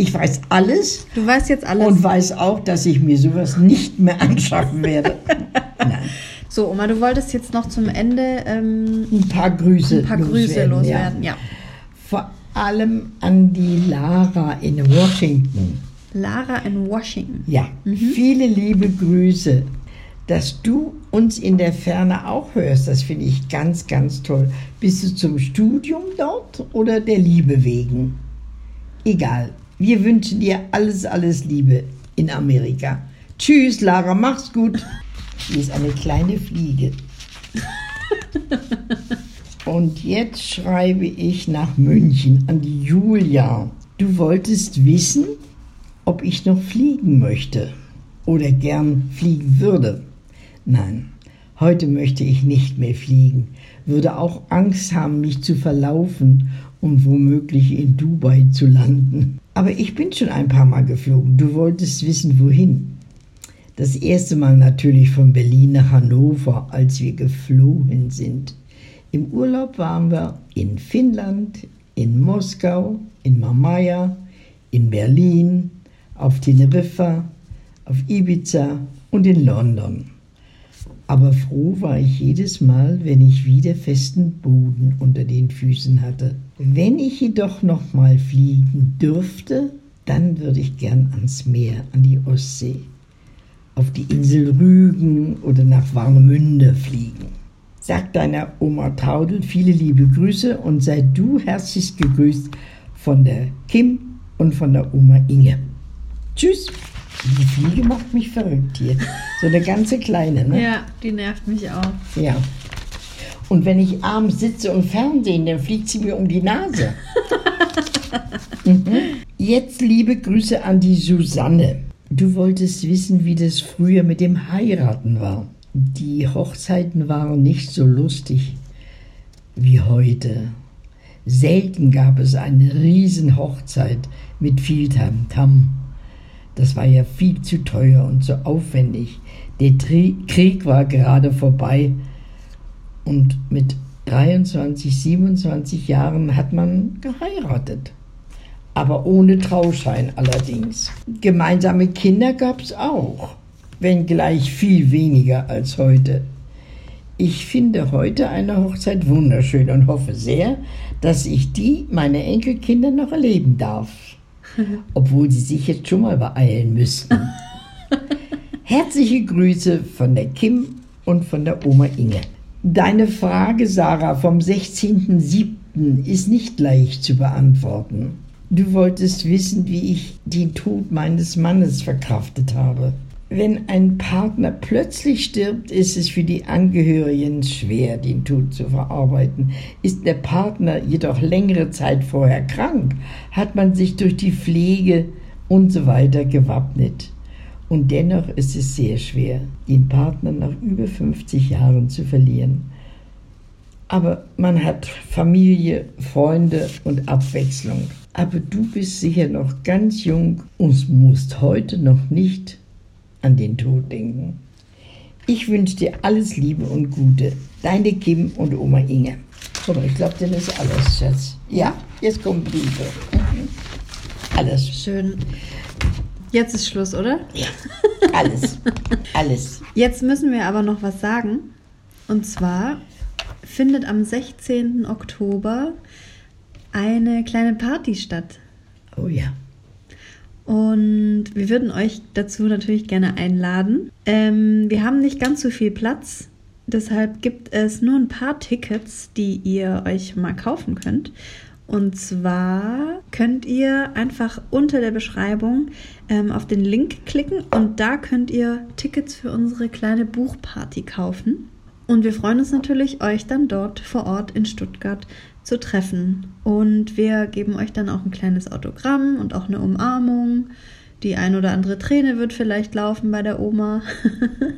Speaker 3: Ich weiß alles
Speaker 2: Du weißt jetzt alles.
Speaker 3: und weiß auch, dass ich mir sowas nicht mehr anschaffen werde. Nein.
Speaker 2: so, Oma, du wolltest jetzt noch zum Ende ähm,
Speaker 3: Ein paar Grüße.
Speaker 2: ein paar Grüße loswerden. Ja.
Speaker 3: Vor allem an die Lara in Washington.
Speaker 2: Lara in Washington.
Speaker 3: Ja, viele liebe Grüße. Dass du uns in der Ferne auch hörst, das finde ich ganz, ganz toll. Bist du zum Studium dort oder der Liebe wegen? Egal. Wir wünschen dir alles, alles Liebe in Amerika. Tschüss, Lara, mach's gut. Hier ist eine kleine Fliege. Und jetzt schreibe ich nach München an die Julia. Du wolltest wissen, ob ich noch fliegen möchte oder gern fliegen würde. Nein, heute möchte ich nicht mehr fliegen, würde auch Angst haben, mich zu verlaufen und womöglich in Dubai zu landen. Aber ich bin schon ein paar Mal geflogen. Du wolltest wissen, wohin. Das erste Mal natürlich von Berlin nach Hannover, als wir geflohen sind. Im Urlaub waren wir in Finnland, in Moskau, in Mamaja, in Berlin, auf Teneriffa, auf Ibiza und in London. Aber froh war ich jedes Mal, wenn ich wieder festen Boden unter den Füßen hatte. Wenn ich jedoch nochmal fliegen dürfte, dann würde ich gern ans Meer, an die Ostsee auf die Insel Rügen oder nach Warnemünde fliegen. Sag deiner Oma Traudel viele liebe Grüße und sei du herzlich gegrüßt von der Kim und von der Oma Inge. Tschüss. Die Fliege macht mich verrückt hier. So eine ganze kleine, ne?
Speaker 2: Ja, die nervt mich auch.
Speaker 3: Ja. Und wenn ich abends sitze und Fernsehen, dann fliegt sie mir um die Nase. mhm. Jetzt liebe Grüße an die Susanne. Du wolltest wissen, wie das früher mit dem Heiraten war. Die Hochzeiten waren nicht so lustig wie heute. Selten gab es eine Riesenhochzeit mit viel Tamtam. Das war ja viel zu teuer und zu aufwendig. Der Tri Krieg war gerade vorbei und mit 23, 27 Jahren hat man geheiratet. Aber ohne Trauschein allerdings. Gemeinsame Kinder gab es auch, wenngleich viel weniger als heute. Ich finde heute eine Hochzeit wunderschön und hoffe sehr, dass ich die meine Enkelkinder noch erleben darf. Obwohl sie sich jetzt schon mal beeilen müssten. Herzliche Grüße von der Kim und von der Oma Inge. Deine Frage, Sarah, vom 16.07. ist nicht leicht zu beantworten. Du wolltest wissen, wie ich den Tod meines Mannes verkraftet habe. Wenn ein Partner plötzlich stirbt, ist es für die Angehörigen schwer, den Tod zu verarbeiten. Ist der Partner jedoch längere Zeit vorher krank, hat man sich durch die Pflege und so weiter gewappnet. Und dennoch ist es sehr schwer, den Partner nach über 50 Jahren zu verlieren. Aber man hat Familie, Freunde und Abwechslung. Aber du bist sicher noch ganz jung und musst heute noch nicht an den Tod denken. Ich wünsche dir alles Liebe und Gute. Deine Kim und Oma Inge. Oder ich glaube, das ist alles, Schatz. Ja, jetzt kommen Briefe. Mhm. Alles.
Speaker 2: Schön. Jetzt ist Schluss, oder?
Speaker 3: Ja, alles. Alles.
Speaker 2: Jetzt müssen wir aber noch was sagen. Und zwar findet am 16. Oktober eine kleine Party statt.
Speaker 3: Oh ja.
Speaker 2: Und wir würden euch dazu natürlich gerne einladen. Ähm, wir haben nicht ganz so viel Platz, deshalb gibt es nur ein paar Tickets, die ihr euch mal kaufen könnt. Und zwar könnt ihr einfach unter der Beschreibung ähm, auf den Link klicken und da könnt ihr Tickets für unsere kleine Buchparty kaufen. Und wir freuen uns natürlich, euch dann dort vor Ort in Stuttgart zu treffen. Und wir geben euch dann auch ein kleines Autogramm und auch eine Umarmung. Die ein oder andere Träne wird vielleicht laufen bei der Oma.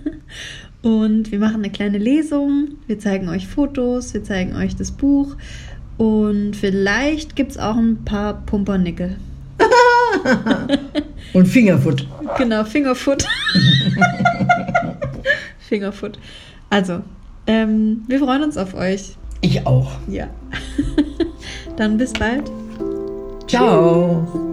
Speaker 2: und wir machen eine kleine Lesung. Wir zeigen euch Fotos, wir zeigen euch das Buch. Und vielleicht gibt es auch ein paar Pumpernickel.
Speaker 3: Und Fingerfoot.
Speaker 2: Genau, Fingerfoot. Fingerfoot. Also, ähm, wir freuen uns auf euch.
Speaker 3: Ich auch.
Speaker 2: Ja. Dann bis bald.
Speaker 3: Ciao.